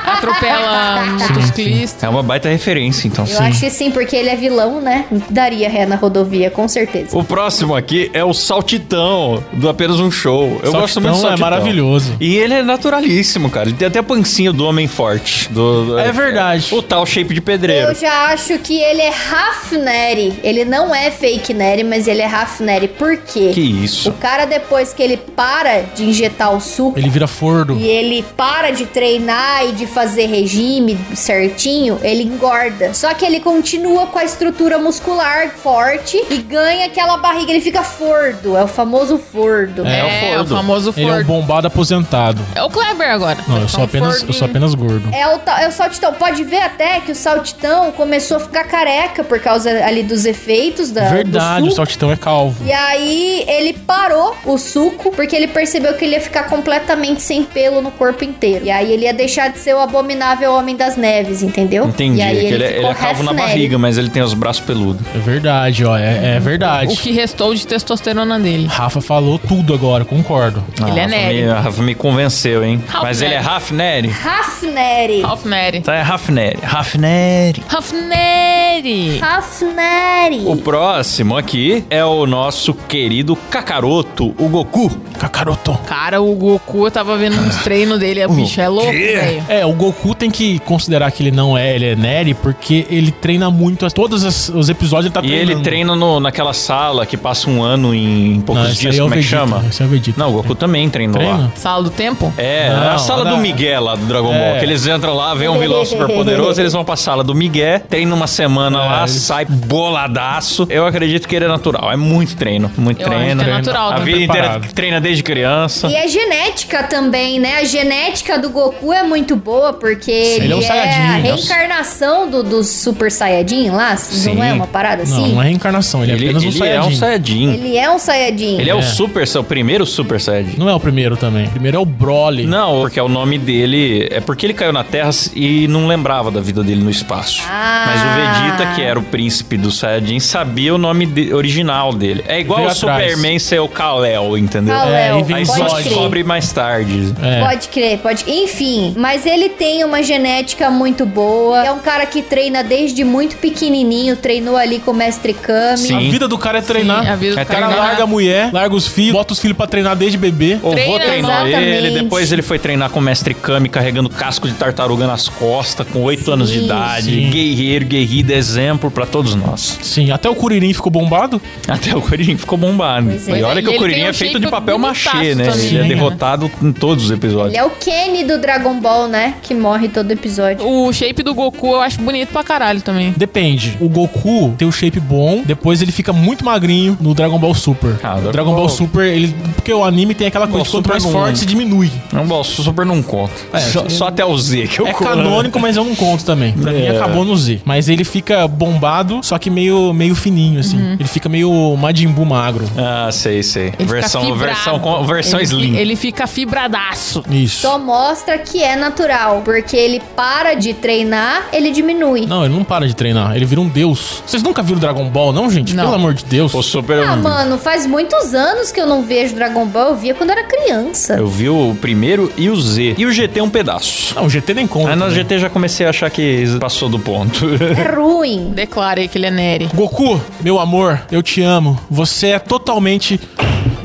[SPEAKER 4] (laughs) Atropela motociclista.
[SPEAKER 1] é uma baita referência, então.
[SPEAKER 3] Eu acho que sim, porque ele é vilão, né? Daria ré na rodovia, com certeza.
[SPEAKER 1] O próximo aqui é o Saltitão, do Apenas Um Show. Eu
[SPEAKER 2] Saltitão
[SPEAKER 1] gosto muito do
[SPEAKER 2] é
[SPEAKER 1] Saltitão.
[SPEAKER 2] maravilhoso.
[SPEAKER 1] E ele é naturalíssimo, cara. Ele tem até a pancinha do Homem Forte. do- do-
[SPEAKER 2] É verdade.
[SPEAKER 1] O tal shape de pedreiro.
[SPEAKER 3] Eu já acho que ele é Half Nery. Ele não é fake Nery, mas ele é Half Nery. Por quê?
[SPEAKER 1] Que
[SPEAKER 3] O
[SPEAKER 1] isso.
[SPEAKER 3] cara, depois que ele para de injetar o suco,
[SPEAKER 2] Ele vira fordo.
[SPEAKER 3] E é ele para de treinar e de fazer regime certinho, ele engorda. Só que ele continua com a estrutura muscular forte e ganha aquela barriga, ele fica fordo, é o famoso fordo.
[SPEAKER 1] É o
[SPEAKER 4] É, o
[SPEAKER 1] Fordo.
[SPEAKER 4] famoso
[SPEAKER 2] Ele é um
[SPEAKER 4] Ford.
[SPEAKER 2] bombado aposentado.
[SPEAKER 4] É o Kleber agora.
[SPEAKER 2] Não, eu
[SPEAKER 4] Tá
[SPEAKER 2] sou
[SPEAKER 4] um
[SPEAKER 2] apenas, eu sou
[SPEAKER 4] Fordinho.
[SPEAKER 2] apenas gordo.
[SPEAKER 3] É o, ta- é o saltitão. Pode ver até que o saltitão começou a ficar careca por causa ali dos efeitos da,
[SPEAKER 2] Verdade,
[SPEAKER 3] do
[SPEAKER 2] o
[SPEAKER 3] suco.
[SPEAKER 2] Saltitão é calvo.
[SPEAKER 3] É E aí ele parou o suco porque ele percebeu que ele ia ficar completamente sem pelo no corpo inteiro. E aí ele ia deixar de ser o abominável homem das neves, entendeu?
[SPEAKER 1] Entendi.
[SPEAKER 3] E aí
[SPEAKER 1] é que ele, é- ele é
[SPEAKER 3] ficou
[SPEAKER 1] calvo na
[SPEAKER 3] half-nery.
[SPEAKER 1] barriga, mas ele tem os braços peludos.
[SPEAKER 2] É verdade, ó. É, é verdade.
[SPEAKER 4] O que restou de testosterona dele.
[SPEAKER 2] Rafa falou tudo agora, concordo.
[SPEAKER 4] Ele é
[SPEAKER 1] Rafa
[SPEAKER 4] Nery.
[SPEAKER 1] Me, a Rafa me convenceu, hein?
[SPEAKER 4] Ralph
[SPEAKER 1] mas ele é Tá,
[SPEAKER 4] Nery.
[SPEAKER 1] Raf Nery.
[SPEAKER 3] Half Nery.
[SPEAKER 4] Half Nery.
[SPEAKER 1] Tá, é Raf Nery. Raf Nery.
[SPEAKER 4] Half Nery. Neri.
[SPEAKER 3] Rafnari.
[SPEAKER 1] O próximo aqui é o nosso querido Kakaroto, o Goku.
[SPEAKER 2] Kakaroto.
[SPEAKER 4] Cara, o Goku, eu tava vendo uns treinos dele, o bicho é louco, velho.
[SPEAKER 2] É, o Goku tem que considerar que ele não é, ele é Neri, porque ele treina muito. Todos as- os episódios ele tá
[SPEAKER 1] E
[SPEAKER 2] treinando.
[SPEAKER 1] ele treina no- naquela sala que passa um ano em poucos
[SPEAKER 2] Não, esse
[SPEAKER 1] dias,
[SPEAKER 2] aí é o
[SPEAKER 1] como é que
[SPEAKER 2] Vegeta,
[SPEAKER 1] chama?
[SPEAKER 2] esse é o Vegeta.
[SPEAKER 1] Não, o Goku também treinou lá.
[SPEAKER 2] Treina?
[SPEAKER 4] Sala do tempo?
[SPEAKER 1] É,
[SPEAKER 2] Não,
[SPEAKER 1] a sala
[SPEAKER 2] lá
[SPEAKER 1] do
[SPEAKER 2] da-
[SPEAKER 1] Miguel lá do Dragon
[SPEAKER 2] É.
[SPEAKER 1] Ball. Que eles entram lá, vem um vilão super poderoso, eles vão pra sala do Miguel, treina uma semana lá,
[SPEAKER 2] eles-
[SPEAKER 1] sai boladaço. Eu acredito que ele é natural. É muito treino, muito
[SPEAKER 4] Eu acho
[SPEAKER 1] treino.
[SPEAKER 4] que é natural
[SPEAKER 1] A
[SPEAKER 4] também.
[SPEAKER 1] vida inteira
[SPEAKER 2] Preparado.
[SPEAKER 1] treina desde criança.
[SPEAKER 3] E é genética também, né? A genética do Goku é muito boa, porque ele,
[SPEAKER 2] ele é um
[SPEAKER 3] é, a
[SPEAKER 2] Saiyajin, né?
[SPEAKER 3] reencarnação do, do Super Saiyajin lá.
[SPEAKER 1] Sim.
[SPEAKER 3] Não é uma parada
[SPEAKER 2] Não,
[SPEAKER 3] assim?
[SPEAKER 2] não é reencarnação, ele,
[SPEAKER 1] Ele,
[SPEAKER 2] é apenas um
[SPEAKER 1] ele é
[SPEAKER 2] Saiyajin.
[SPEAKER 1] um Saiyajin. Ele,
[SPEAKER 3] Ele é um Saiyajin.
[SPEAKER 1] é, o
[SPEAKER 2] É.
[SPEAKER 1] super, o primeiro Super Saiyajin.
[SPEAKER 2] Não é o primeiro também. O primeiro é o Broly.
[SPEAKER 1] Não, porque é o nome dele. É porque ele caiu na Terra e não lembrava da vida dele no espaço.
[SPEAKER 3] Ah.
[SPEAKER 1] Mas o Vegeta, que era o príncipe do Saiyajin, sabia o nome de- original dele. É igual
[SPEAKER 2] Veio
[SPEAKER 1] o
[SPEAKER 2] atrás.
[SPEAKER 1] Superman ser o Kal-El, entendeu?
[SPEAKER 3] Kal-El,
[SPEAKER 2] É,
[SPEAKER 1] Aí
[SPEAKER 2] Pode
[SPEAKER 1] só
[SPEAKER 2] crer.
[SPEAKER 1] descobre mais tarde.
[SPEAKER 2] É.
[SPEAKER 3] Pode crer, pode. Enfim, mas ele tem uma genética muito boa. É um cara que treina desde muito pequenininho, treinou ali com o mestre Kami.
[SPEAKER 1] Sim.
[SPEAKER 2] A vida do cara é treinar.
[SPEAKER 4] a vida do
[SPEAKER 2] o cara
[SPEAKER 4] cara é treinar.
[SPEAKER 2] larga a mulher, larga os filhos, bota os filhos pra treinar desde bebê.
[SPEAKER 1] O vô
[SPEAKER 4] Treina,
[SPEAKER 1] treinou ele,
[SPEAKER 3] exatamente.
[SPEAKER 1] depois ele foi treinar com o mestre Kami, carregando casco de tartaruga nas costas, com 8 anos de idade.
[SPEAKER 2] Sim.
[SPEAKER 1] Guerreiro, guerrido, exemplo pra todos nós.
[SPEAKER 2] Sim, até o Curirim ficou bombado.
[SPEAKER 1] Até o Curirim ficou bombado.
[SPEAKER 3] Pois é.
[SPEAKER 1] E olha
[SPEAKER 4] E
[SPEAKER 1] que o
[SPEAKER 4] ele
[SPEAKER 1] Curirim
[SPEAKER 4] tem um
[SPEAKER 1] é feito de
[SPEAKER 4] shape
[SPEAKER 1] papel machê,
[SPEAKER 4] bonitaço
[SPEAKER 1] né?
[SPEAKER 4] também,
[SPEAKER 1] ele é
[SPEAKER 4] né?
[SPEAKER 1] derrotado em todos os
[SPEAKER 3] Ele
[SPEAKER 1] episódios.
[SPEAKER 3] é o Kenny do Dragon Ball, né? Que morre todo episódio.
[SPEAKER 4] O shape do Goku eu acho bonito pra caralho também.
[SPEAKER 2] Depende. O Goku tem o shape bom, depois ele fica muito magrinho no Dragon Ball Super.
[SPEAKER 1] Ah,
[SPEAKER 2] o
[SPEAKER 1] Dragon
[SPEAKER 2] Dragon Ball
[SPEAKER 1] Ball-
[SPEAKER 2] Super, ele. Porque o anime tem aquela coisa
[SPEAKER 1] Ball
[SPEAKER 2] de quanto
[SPEAKER 1] Super
[SPEAKER 2] mais
[SPEAKER 1] não-
[SPEAKER 2] forte se diminui.
[SPEAKER 4] é
[SPEAKER 1] Não, bom, super não conta. só, só até o Z que eu
[SPEAKER 2] É
[SPEAKER 1] conto.
[SPEAKER 2] canônico, mas eu não conto também. Pra mim acabou no Z. Mas ele fica bombado, só que meio, meio fininho, assim. Ele fica meio Majin Buu magro.
[SPEAKER 1] Ah, sei, sei.
[SPEAKER 4] Ele
[SPEAKER 1] Versão,
[SPEAKER 4] fica fibrado.
[SPEAKER 1] versão, com- versão
[SPEAKER 4] ele,
[SPEAKER 1] slim.
[SPEAKER 4] Ele fica fibradaço.
[SPEAKER 2] Isso.
[SPEAKER 3] Só mostra que é natural, porque ele para de treinar, ele diminui.
[SPEAKER 2] Não, ele não para de treinar. Ele vira um deus. Vocês nunca viram Dragon Ball, não, gente?
[SPEAKER 4] Não.
[SPEAKER 2] Pelo amor de Deus.
[SPEAKER 1] O super... um.
[SPEAKER 3] Ah, mano, faz muitos anos que eu não vejo Dragon Ball. Eu via quando era criança.
[SPEAKER 1] eu vi o primeiro e o Z. E o GT um pedaço.
[SPEAKER 2] Não, o GT nem conta.
[SPEAKER 1] Aí na
[SPEAKER 2] né?
[SPEAKER 1] GT já comecei a achar que passou do
[SPEAKER 4] (laughs)
[SPEAKER 1] ponto.
[SPEAKER 3] É ruim.
[SPEAKER 4] Declarei que ele é Neri.
[SPEAKER 2] Goku, meu amor, eu te amo. Você é totalmente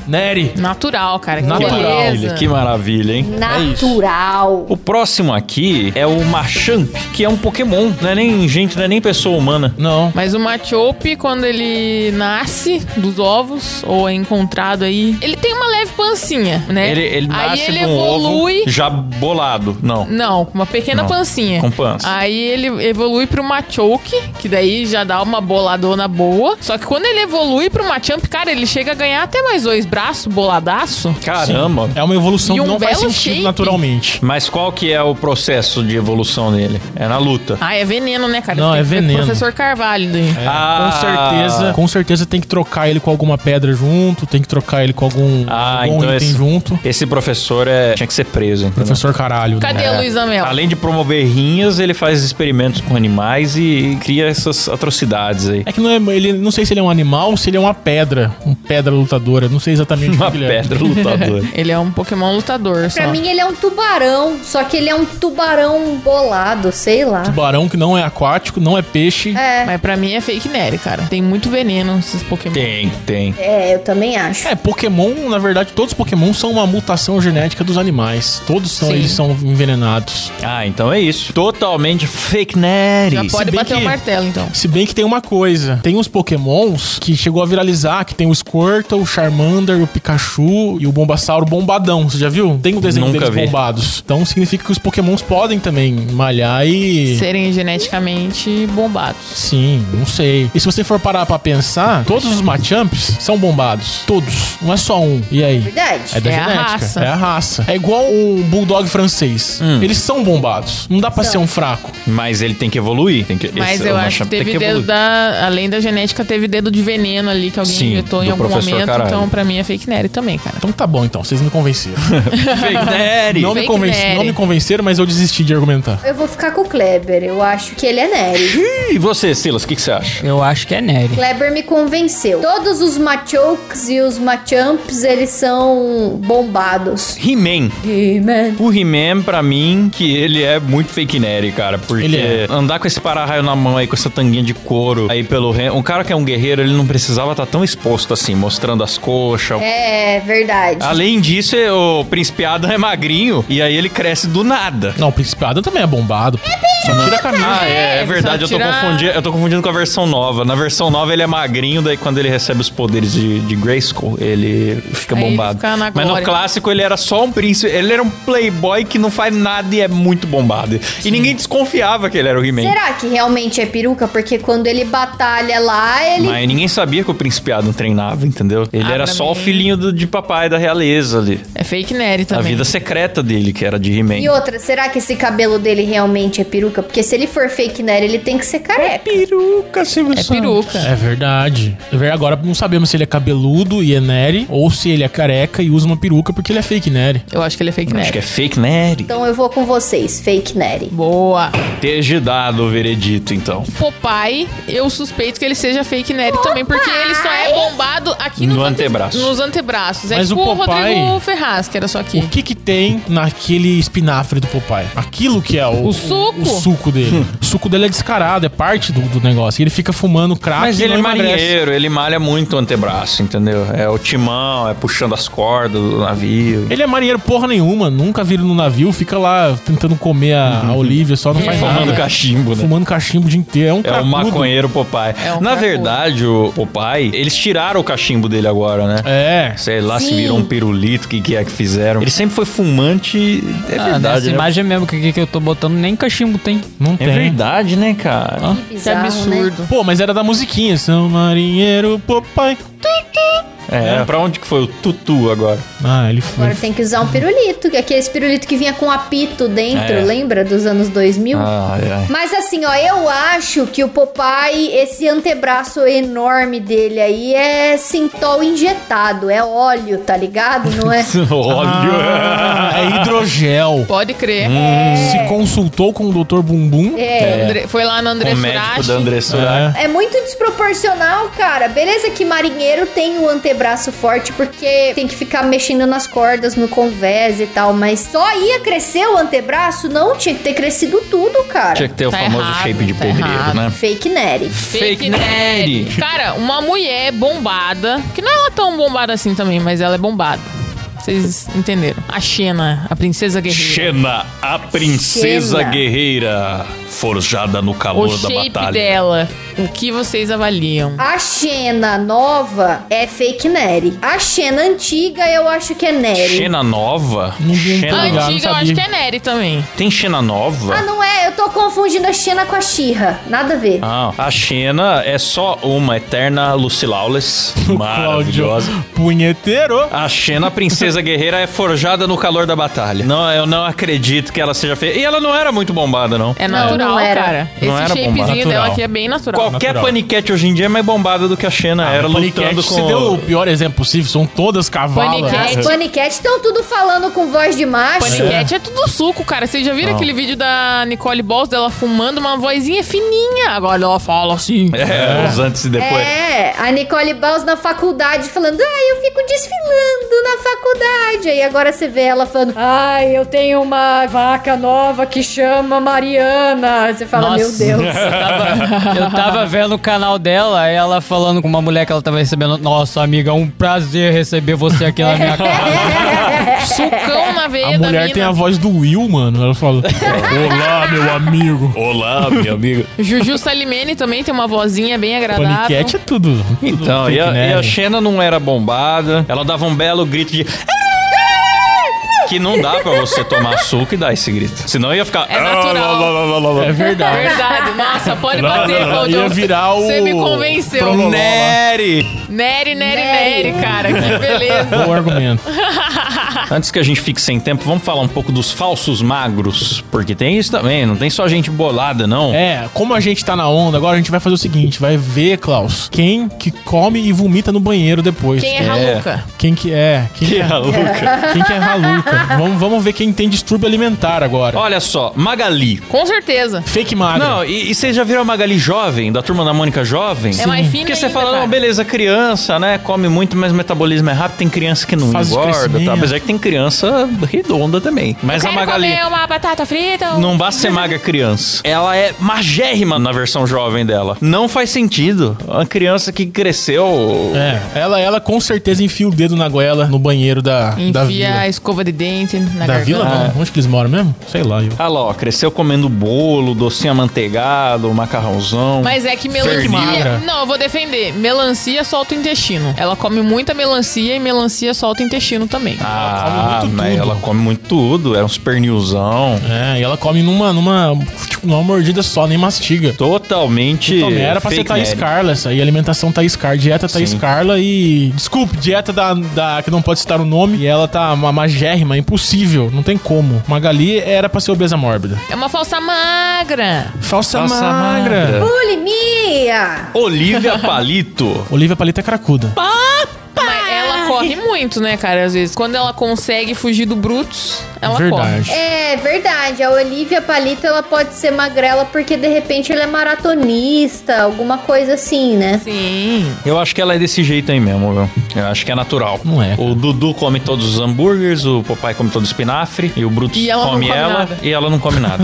[SPEAKER 2] Neri.
[SPEAKER 4] Natural, cara. Que
[SPEAKER 2] Natural.
[SPEAKER 4] beleza.
[SPEAKER 1] que maravilha, hein?
[SPEAKER 3] Natural.
[SPEAKER 1] O próximo aqui é o Machamp, que é um Pokémon. Não é nem gente, não é nem pessoa humana.
[SPEAKER 2] Não.
[SPEAKER 4] Mas o Machope, quando ele nasce dos ovos, ou é encontrado aí, ele tem uma leve pancinha, né?
[SPEAKER 1] Ele, ele
[SPEAKER 4] aí
[SPEAKER 1] nasce
[SPEAKER 4] ele
[SPEAKER 1] de um
[SPEAKER 4] evolui.
[SPEAKER 1] ovo já bolado. Não.
[SPEAKER 4] Não, com uma pequena
[SPEAKER 1] Não,
[SPEAKER 4] pancinha.
[SPEAKER 1] com pança.
[SPEAKER 4] Aí ele evolui pro Machoke, que daí já dá uma boladona boa. Só que quando ele evolui pro Machamp, cara, ele chega a ganhar até mais dois braços, boladaço.
[SPEAKER 1] Caramba.
[SPEAKER 2] É uma evolução
[SPEAKER 4] E
[SPEAKER 2] que
[SPEAKER 4] um
[SPEAKER 2] não faz
[SPEAKER 4] belo
[SPEAKER 2] sentido
[SPEAKER 4] shape.
[SPEAKER 2] naturalmente.
[SPEAKER 1] Mas qual que é o processo de evolução dele? É na luta.
[SPEAKER 4] Ah, é veneno, né, cara?
[SPEAKER 2] Não,
[SPEAKER 4] Tem
[SPEAKER 2] é
[SPEAKER 4] que ver com o
[SPEAKER 2] veneno. É.
[SPEAKER 4] Professor Carvalho daí.
[SPEAKER 1] Ah.
[SPEAKER 2] Com certeza, com certeza tem que trocar ele com alguma pedra junto, tem que trocar ele com algum,
[SPEAKER 1] Ah,
[SPEAKER 2] algum
[SPEAKER 1] então
[SPEAKER 2] item
[SPEAKER 1] esse,
[SPEAKER 2] junto.
[SPEAKER 1] esse professor é, tinha que ser preso, entendeu?
[SPEAKER 2] Professor caralho.
[SPEAKER 4] Cadê
[SPEAKER 2] né?
[SPEAKER 4] o Luiz Amel?
[SPEAKER 1] Além de promover rinhas, ele faz experimentos com animais e, e cria essas atrocidades aí.
[SPEAKER 2] É que não é, ele, não sei se ele é um animal, se ele é uma pedra, um pedra lutadora, não sei exatamente
[SPEAKER 1] Uma
[SPEAKER 2] o que ele é.
[SPEAKER 1] pedra lutadora.
[SPEAKER 4] (laughs) Ele é um Pokémon lutador,
[SPEAKER 3] Pra
[SPEAKER 4] só.
[SPEAKER 3] mim ele é um tubarão, só que ele é um tubarão bolado, sei lá.
[SPEAKER 2] Tubarão que não é aquático, não é peixe.
[SPEAKER 3] É,
[SPEAKER 4] Mas pra mim é fake Nery, cara. Tem muito veneno esses Pokémon.
[SPEAKER 1] tem, tem.
[SPEAKER 3] é, eu também acho.
[SPEAKER 2] É, Pokémon, na verdade, todos os Pokémon são uma mutação genética dos animais. Todos são,
[SPEAKER 4] Sim.
[SPEAKER 2] eles são envenenados.
[SPEAKER 1] Ah, então é isso. Totalmente fake nerd.
[SPEAKER 4] Já pode
[SPEAKER 2] bem
[SPEAKER 4] bater
[SPEAKER 2] que-
[SPEAKER 4] o martelo, então.
[SPEAKER 2] Se bem que tem uma coisa, tem uns pokémons que chegou a viralizar, que tem o Squirtle, o Charmander, o Pikachu e o Bombasauro bombadão, você já viu? Tem um desenho
[SPEAKER 1] Nunca
[SPEAKER 2] deles
[SPEAKER 1] vi.
[SPEAKER 2] bombados. Então significa que os pokémons podem também malhar e...
[SPEAKER 4] Serem geneticamente bombados.
[SPEAKER 2] Sim, não sei. E se você for parar pra pensar, todos os Machamps são bombados. Todos. Não é só um. E aí?
[SPEAKER 3] Verdade.
[SPEAKER 2] É da
[SPEAKER 4] É a
[SPEAKER 2] genética.
[SPEAKER 4] raça.
[SPEAKER 2] É a raça. É igual um bulldog francês. Eles são bombados. Não dá pra ser um fraco.
[SPEAKER 1] Mas ele tem que evoluir. Tem que,
[SPEAKER 4] Mas
[SPEAKER 1] esse-
[SPEAKER 4] eu
[SPEAKER 1] o
[SPEAKER 4] acho
[SPEAKER 1] Machamp
[SPEAKER 4] que teve dedo da. Além da genética, teve dedo de veneno ali que alguém
[SPEAKER 1] Sim,
[SPEAKER 4] injetou em
[SPEAKER 1] do
[SPEAKER 4] algum
[SPEAKER 1] professor
[SPEAKER 4] momento.
[SPEAKER 1] Caralho.
[SPEAKER 4] Então, pra mim, mim é fake Nery também, cara.
[SPEAKER 2] Então tá bom, então. Vocês me convenceram.
[SPEAKER 4] (laughs)
[SPEAKER 1] Fake Nery.
[SPEAKER 2] Não me,
[SPEAKER 4] Fake
[SPEAKER 2] convenci,
[SPEAKER 4] Nery.
[SPEAKER 2] não me convenceram, mas eu desisti de argumentar.
[SPEAKER 1] É
[SPEAKER 3] Eu vou ficar com o Kleber. Eu acho que ele é Nery.
[SPEAKER 1] E você, Silas, o que, que você acha?
[SPEAKER 7] Eu acho que é Nery.
[SPEAKER 3] Kleber me convenceu. Todos os Machokes e os Machamps, eles são bombados.
[SPEAKER 1] He-Man.
[SPEAKER 3] He-Man.
[SPEAKER 1] O He-Man, pra mim, que ele é muito fake Nery, cara. Porque
[SPEAKER 2] Ele é.
[SPEAKER 1] andar com esse para-raio na mão aí, com essa tanguinha de couro aí pelo... re- Um cara que é um guerreiro, ele não precisava estar tão exposto assim, mostrando as coxas,
[SPEAKER 3] É, verdade.
[SPEAKER 1] Além disso, é- o Príncipe Adam é magrinho e aí ele cresce do nada.
[SPEAKER 2] Não, o Príncipe Adam também é bombado.
[SPEAKER 1] Só tira a camisa. Ah, é, é
[SPEAKER 4] É,
[SPEAKER 1] verdade, eu
[SPEAKER 4] só
[SPEAKER 1] tô,
[SPEAKER 4] tira-
[SPEAKER 1] confundindo, eu tô confundindo com a versão nova. Na versão nova ele é magrinho, daí quando ele recebe os poderes de, de Grayskull, ele fica
[SPEAKER 4] Aí ele
[SPEAKER 1] bombado.
[SPEAKER 4] fica na
[SPEAKER 1] Mas no
[SPEAKER 4] glória.
[SPEAKER 1] clássico ele era só um príncipe, ele era um playboy que não faz nada e é muito bombado. E ninguém desconfiava que ele era o He-Man.
[SPEAKER 3] Será que realmente é peruca? Porque quando ele batalha lá, ele.
[SPEAKER 1] Mas ninguém sabia que o Príncipe Adam treinava, entendeu? Ele
[SPEAKER 4] Ah,
[SPEAKER 1] era
[SPEAKER 4] pra
[SPEAKER 1] só o
[SPEAKER 4] mim-
[SPEAKER 1] filhinho do- de papai da realeza ali.
[SPEAKER 4] É fake Nery
[SPEAKER 1] A
[SPEAKER 4] também.
[SPEAKER 1] vida secreta dele, que era de He-Man.
[SPEAKER 3] E outra, será que esse cabelo dele realmente é peruca? Porque se ele for fake Nery, ele tem que ser careca.
[SPEAKER 1] É Peruca, Silvio
[SPEAKER 4] É peruca.
[SPEAKER 2] É verdade. É ver- Agora não sabemos se ele é cabeludo e é Nery, ou se ele é careca e usa uma peruca porque ele é fake Nery.
[SPEAKER 4] Eu acho que ele é fake
[SPEAKER 1] Acho
[SPEAKER 4] Nery.
[SPEAKER 1] que é fake Nery.
[SPEAKER 3] Então eu vou com vocês, fake Nery.
[SPEAKER 4] Boa.
[SPEAKER 1] Teja dado o veredito, então.
[SPEAKER 4] Popeye, eu suspeito que ele seja fake Nery também, porque ele só é bombado aqui nos
[SPEAKER 1] No
[SPEAKER 4] ante-
[SPEAKER 1] antebraço.
[SPEAKER 4] Nos antebraços. É
[SPEAKER 2] Mas o
[SPEAKER 4] tipo o,
[SPEAKER 2] Popeye-
[SPEAKER 4] Rodrigo Ferraz, que era só aqui.
[SPEAKER 2] O que que tem naquele espinafre do Popeye? Aquilo que é o,
[SPEAKER 4] O suco?
[SPEAKER 2] O, suco dele. o suco dele é descarado, é parte do, do negócio. E ele fica fumando crack
[SPEAKER 1] Mas
[SPEAKER 2] e
[SPEAKER 1] ele é
[SPEAKER 2] não emagrece.
[SPEAKER 1] marinheiro, ele malha muito o antebraço, entendeu? É o timão, é puxando as cordas do navio.
[SPEAKER 2] Ele é marinheiro porra nenhuma, nunca vira no navio, fica lá tentando comer a, a Olivia, só não faz
[SPEAKER 1] Uhum. Fumando
[SPEAKER 2] É nada.
[SPEAKER 1] cachimbo, né?
[SPEAKER 2] Fumando cachimbo o dia inteiro. É um
[SPEAKER 1] É o
[SPEAKER 2] cracudo.
[SPEAKER 1] maconheiro Popeye.
[SPEAKER 4] É um
[SPEAKER 1] Na
[SPEAKER 4] cracudo.
[SPEAKER 1] verdade, o Popeye, eles tiraram o cachimbo dele agora, né?
[SPEAKER 2] É.
[SPEAKER 1] Sei lá se
[SPEAKER 3] Sim.
[SPEAKER 1] virou um pirulito, o que, que é que fizeram. Ele sempre foi fumante, é
[SPEAKER 7] Ah,
[SPEAKER 1] verdade.
[SPEAKER 7] Nessa
[SPEAKER 1] né?
[SPEAKER 7] imagem mesmo que, que- que eu tô botando, nem cachimbo tem.
[SPEAKER 2] Não
[SPEAKER 1] É
[SPEAKER 2] tem.
[SPEAKER 1] verdade, né, cara?
[SPEAKER 7] Ó,
[SPEAKER 3] Que
[SPEAKER 7] que
[SPEAKER 3] bizarro, né?
[SPEAKER 7] absurdo.
[SPEAKER 2] Pô, mas era da musiquinha. São marinheiro, Popeye.
[SPEAKER 1] É, pra onde que foi o tutu agora?
[SPEAKER 2] Ah, ele foi.
[SPEAKER 1] (laughs)
[SPEAKER 3] Agora tem que usar um pirulito, que é aquele pirulito que vinha com apito dentro,
[SPEAKER 1] É. Ah.
[SPEAKER 3] lembra? Dos anos 2000?
[SPEAKER 1] Ai, ai.
[SPEAKER 3] Mas assim, ó, eu acho que o Popeye, esse antebraço enorme dele aí é sintol injetado, é óleo, tá ligado?
[SPEAKER 1] (laughs)
[SPEAKER 3] Não é?
[SPEAKER 1] Olha!
[SPEAKER 2] Ah, é hidrogel.
[SPEAKER 4] Pode crer.
[SPEAKER 1] Hum,
[SPEAKER 2] Se consultou com o Dr. Bumbum.
[SPEAKER 4] É. André- Foi lá no André
[SPEAKER 1] é. o médico da
[SPEAKER 4] Surachi.
[SPEAKER 1] André Surak.
[SPEAKER 2] É.
[SPEAKER 3] É muito desproporcional, cara. Beleza que marinheiro tem o antebraço forte porque tem que ficar mexendo nas cordas, no convés e tal, mas só ia crescer o antebraço? Não, tinha que ter crescido tudo, cara.
[SPEAKER 1] Tinha que ter o
[SPEAKER 4] Tá
[SPEAKER 1] famoso
[SPEAKER 4] errado,
[SPEAKER 1] shape de
[SPEAKER 4] tá
[SPEAKER 1] pedreiro,
[SPEAKER 4] errado.
[SPEAKER 1] né?
[SPEAKER 3] Fake Nery.
[SPEAKER 1] Fake Nery.
[SPEAKER 4] Cara, uma mulher bombada, que não é ela tão bombada assim também, mas ela é bombada. Vocês entenderam. A Xena, a princesa guerreira.
[SPEAKER 1] Xena, a princesa
[SPEAKER 3] Xena.
[SPEAKER 1] guerreira, forjada no
[SPEAKER 4] O
[SPEAKER 1] calor da
[SPEAKER 4] shape
[SPEAKER 1] batalha.
[SPEAKER 4] dela. O que vocês avaliam?
[SPEAKER 3] A Xena nova é fake Nery. A Xena antiga eu acho que é Nery.
[SPEAKER 1] Xena nova?
[SPEAKER 2] Não vi
[SPEAKER 1] Xena...
[SPEAKER 2] Ah,
[SPEAKER 4] A
[SPEAKER 2] legal, não
[SPEAKER 4] antiga eu
[SPEAKER 2] sabia.
[SPEAKER 4] acho que é Nery também.
[SPEAKER 1] Tem Xena nova?
[SPEAKER 3] Ah, não é? Eu tô confundindo a Xena com a Xirra. Nada a ver.
[SPEAKER 1] Ah, a Xena é só uma eterna Lucy (laughs) Lawless, maravilhosa.
[SPEAKER 2] Punheteiro.
[SPEAKER 1] A Xena, a princesa guerreira, é forjada no calor da batalha. Não, eu não acredito que ela seja feia. E ela não era muito bombada, não.
[SPEAKER 4] É
[SPEAKER 3] Não,
[SPEAKER 4] natural,
[SPEAKER 3] não era.
[SPEAKER 4] cara.
[SPEAKER 1] Não era
[SPEAKER 4] Esse
[SPEAKER 1] bombada.
[SPEAKER 4] shapezinho dela
[SPEAKER 2] Natural.
[SPEAKER 4] aqui é bem natural.
[SPEAKER 1] Qualquer
[SPEAKER 2] Natural.
[SPEAKER 1] paniquete hoje em dia é mais bombada do que a Xena era lutando com...
[SPEAKER 2] Você deu o pior exemplo possível, são todas cavalas.
[SPEAKER 4] Paniquete.
[SPEAKER 3] As paniquete estão tudo falando com voz de macho.
[SPEAKER 4] Paniquete é. tudo suco, cara. Vocês já viram aquele vídeo da Nicole Balls dela fumando uma vozinha fininha? Agora ela fala assim.
[SPEAKER 1] É, os antes e depois.
[SPEAKER 3] É, a Nicole Baus na faculdade falando, ai, eu fico desfilando na faculdade. Aí agora você vê ela falando, ai, eu tenho uma vaca nova que chama Mariana. Você fala,
[SPEAKER 1] (laughs)
[SPEAKER 3] meu Deus.
[SPEAKER 7] eu tava, eu tava vendo o canal dela, ela falando com uma mulher que ela tava recebendo. Nossa, amiga, é um prazer receber você aqui na minha casa.
[SPEAKER 4] Sucão na veia
[SPEAKER 2] A
[SPEAKER 4] da
[SPEAKER 2] mulher
[SPEAKER 4] mina.
[SPEAKER 2] tem a voz do Will, mano. Ela
[SPEAKER 1] (laughs)
[SPEAKER 2] fala: Olá, meu amigo.
[SPEAKER 1] Olá, minha amiga.
[SPEAKER 4] Juju Salimene também tem uma vozinha bem agradável.
[SPEAKER 2] Paniquete é tudo. tudo
[SPEAKER 1] Então,
[SPEAKER 2] fake né?
[SPEAKER 1] e a, e a
[SPEAKER 2] nerd.
[SPEAKER 1] Xena não era bombada. Ela dava um belo grito de. que não dá pra você tomar suco e dar esse grito. Senão ia ficar.
[SPEAKER 4] É natural.
[SPEAKER 1] "Ah, lá, lá, lá, lá, lá".
[SPEAKER 2] É verdade.
[SPEAKER 4] Verdade. Nossa, pode
[SPEAKER 2] Não, não,
[SPEAKER 4] bater,
[SPEAKER 2] não,
[SPEAKER 4] Claudão.
[SPEAKER 2] ia virar o-
[SPEAKER 4] Você me convenceu. Né,
[SPEAKER 2] Prolo-
[SPEAKER 1] Nery!
[SPEAKER 4] Nery, Nery,
[SPEAKER 3] Nery.
[SPEAKER 4] Nery, cara. Que
[SPEAKER 2] (laughs)
[SPEAKER 4] beleza.
[SPEAKER 2] Bom é
[SPEAKER 1] (laughs)
[SPEAKER 2] um argumento.
[SPEAKER 1] Antes que a gente fique sem tempo, vamos falar um pouco dos falsos magros. Porque tem isso também, não tem só gente bolada, não.
[SPEAKER 2] É, como a gente tá na onda, agora a gente vai fazer o seguinte: vai ver, Klaus, quem que come e vomita no banheiro depois.
[SPEAKER 4] Quem é Raluca?
[SPEAKER 2] Quem que é? Quem
[SPEAKER 1] Que
[SPEAKER 2] que é?
[SPEAKER 1] maluca.
[SPEAKER 2] (laughs) Quem que é raluca? vamos, vamos ver quem tem distúrbio alimentar
[SPEAKER 1] (laughs)
[SPEAKER 2] agora.
[SPEAKER 1] Olha só, Magali.
[SPEAKER 4] Com certeza.
[SPEAKER 2] Fake magra.
[SPEAKER 1] Não, e, e vocês já viram a Magali jovem, da turma da Mônica jovem?
[SPEAKER 4] É mais fina
[SPEAKER 1] Porque você
[SPEAKER 4] ainda,
[SPEAKER 1] fala,
[SPEAKER 4] cara.
[SPEAKER 1] não, beleza, criança, né? Come muito, mas o metabolismo é rápido, tem criança que não
[SPEAKER 2] Faz o
[SPEAKER 1] engorda,
[SPEAKER 2] crescimento.
[SPEAKER 1] tá? Apesar que tem criança redonda também. Mas
[SPEAKER 2] é
[SPEAKER 1] a
[SPEAKER 4] Quero
[SPEAKER 1] Magali.
[SPEAKER 4] comer um. uma batata frita?
[SPEAKER 1] Não basta ser magra criança. Ela é magérrima na versão jovem dela. Não faz sentido. Uma criança que cresceu.
[SPEAKER 2] É, ela, ela com certeza enfia o dedo na goela no banheiro da, da
[SPEAKER 4] Enfia
[SPEAKER 2] vila.
[SPEAKER 4] a escova de dente na
[SPEAKER 2] Da
[SPEAKER 4] garganta.
[SPEAKER 2] vila? Não. Onde que eles moram mesmo? Sei lá. Eu.
[SPEAKER 1] Ah lá, ó, cresceu comendo bolo, docinho amanteigado, macarrãozão.
[SPEAKER 4] Mas é que
[SPEAKER 2] Fermenta.
[SPEAKER 4] melancia. Não, eu vou defender. Melancia solta o intestino. Ela come muita melancia e melancia solta o intestino também.
[SPEAKER 1] Ah,
[SPEAKER 2] come muito
[SPEAKER 1] mas
[SPEAKER 2] tudo.
[SPEAKER 1] ela come muito tudo. É uns pernilzão.
[SPEAKER 2] É, e ela come numa, numa, tipo, numa mordida só, nem mastiga.
[SPEAKER 1] Totalmente.
[SPEAKER 2] Então, era pra ser
[SPEAKER 1] fake
[SPEAKER 2] Thaís
[SPEAKER 1] nerd.
[SPEAKER 2] Carla essa aí, alimentação Thaís Carla, dieta Thaís
[SPEAKER 1] Sim.
[SPEAKER 2] Carla e... Desculpe, dieta da, da... que não pode citar o nome, e ela tá uma magérrima, impossível, não tem como. Magali era pra ser obesa mórbida.
[SPEAKER 4] É uma falsa magra.
[SPEAKER 2] Falsa,
[SPEAKER 1] Nossa,
[SPEAKER 2] magra.
[SPEAKER 1] magra.
[SPEAKER 3] Bulimia!
[SPEAKER 1] Olivia Palito.
[SPEAKER 2] Olivia Palita é cracuda.
[SPEAKER 4] Mas ela corre muito, né, cara? Às vezes. Quando ela consegue fugir do Brutus, ela corre.
[SPEAKER 2] Verdade.
[SPEAKER 3] É verdade, a Olivia Palito ela pode ser magrela porque de repente ela é maratonista, alguma coisa assim, né?
[SPEAKER 4] Sim.
[SPEAKER 1] Eu acho que ela é desse jeito aí mesmo, viu? Eu acho que é natural.
[SPEAKER 2] Não é, cara.
[SPEAKER 1] O Dudu come todos os hambúrgueres, o papai come todo o espinafre, e o Brutus
[SPEAKER 4] E ela não
[SPEAKER 1] come,
[SPEAKER 4] come
[SPEAKER 1] ela,
[SPEAKER 4] nada.
[SPEAKER 1] e ela não come
[SPEAKER 2] (laughs)
[SPEAKER 1] nada.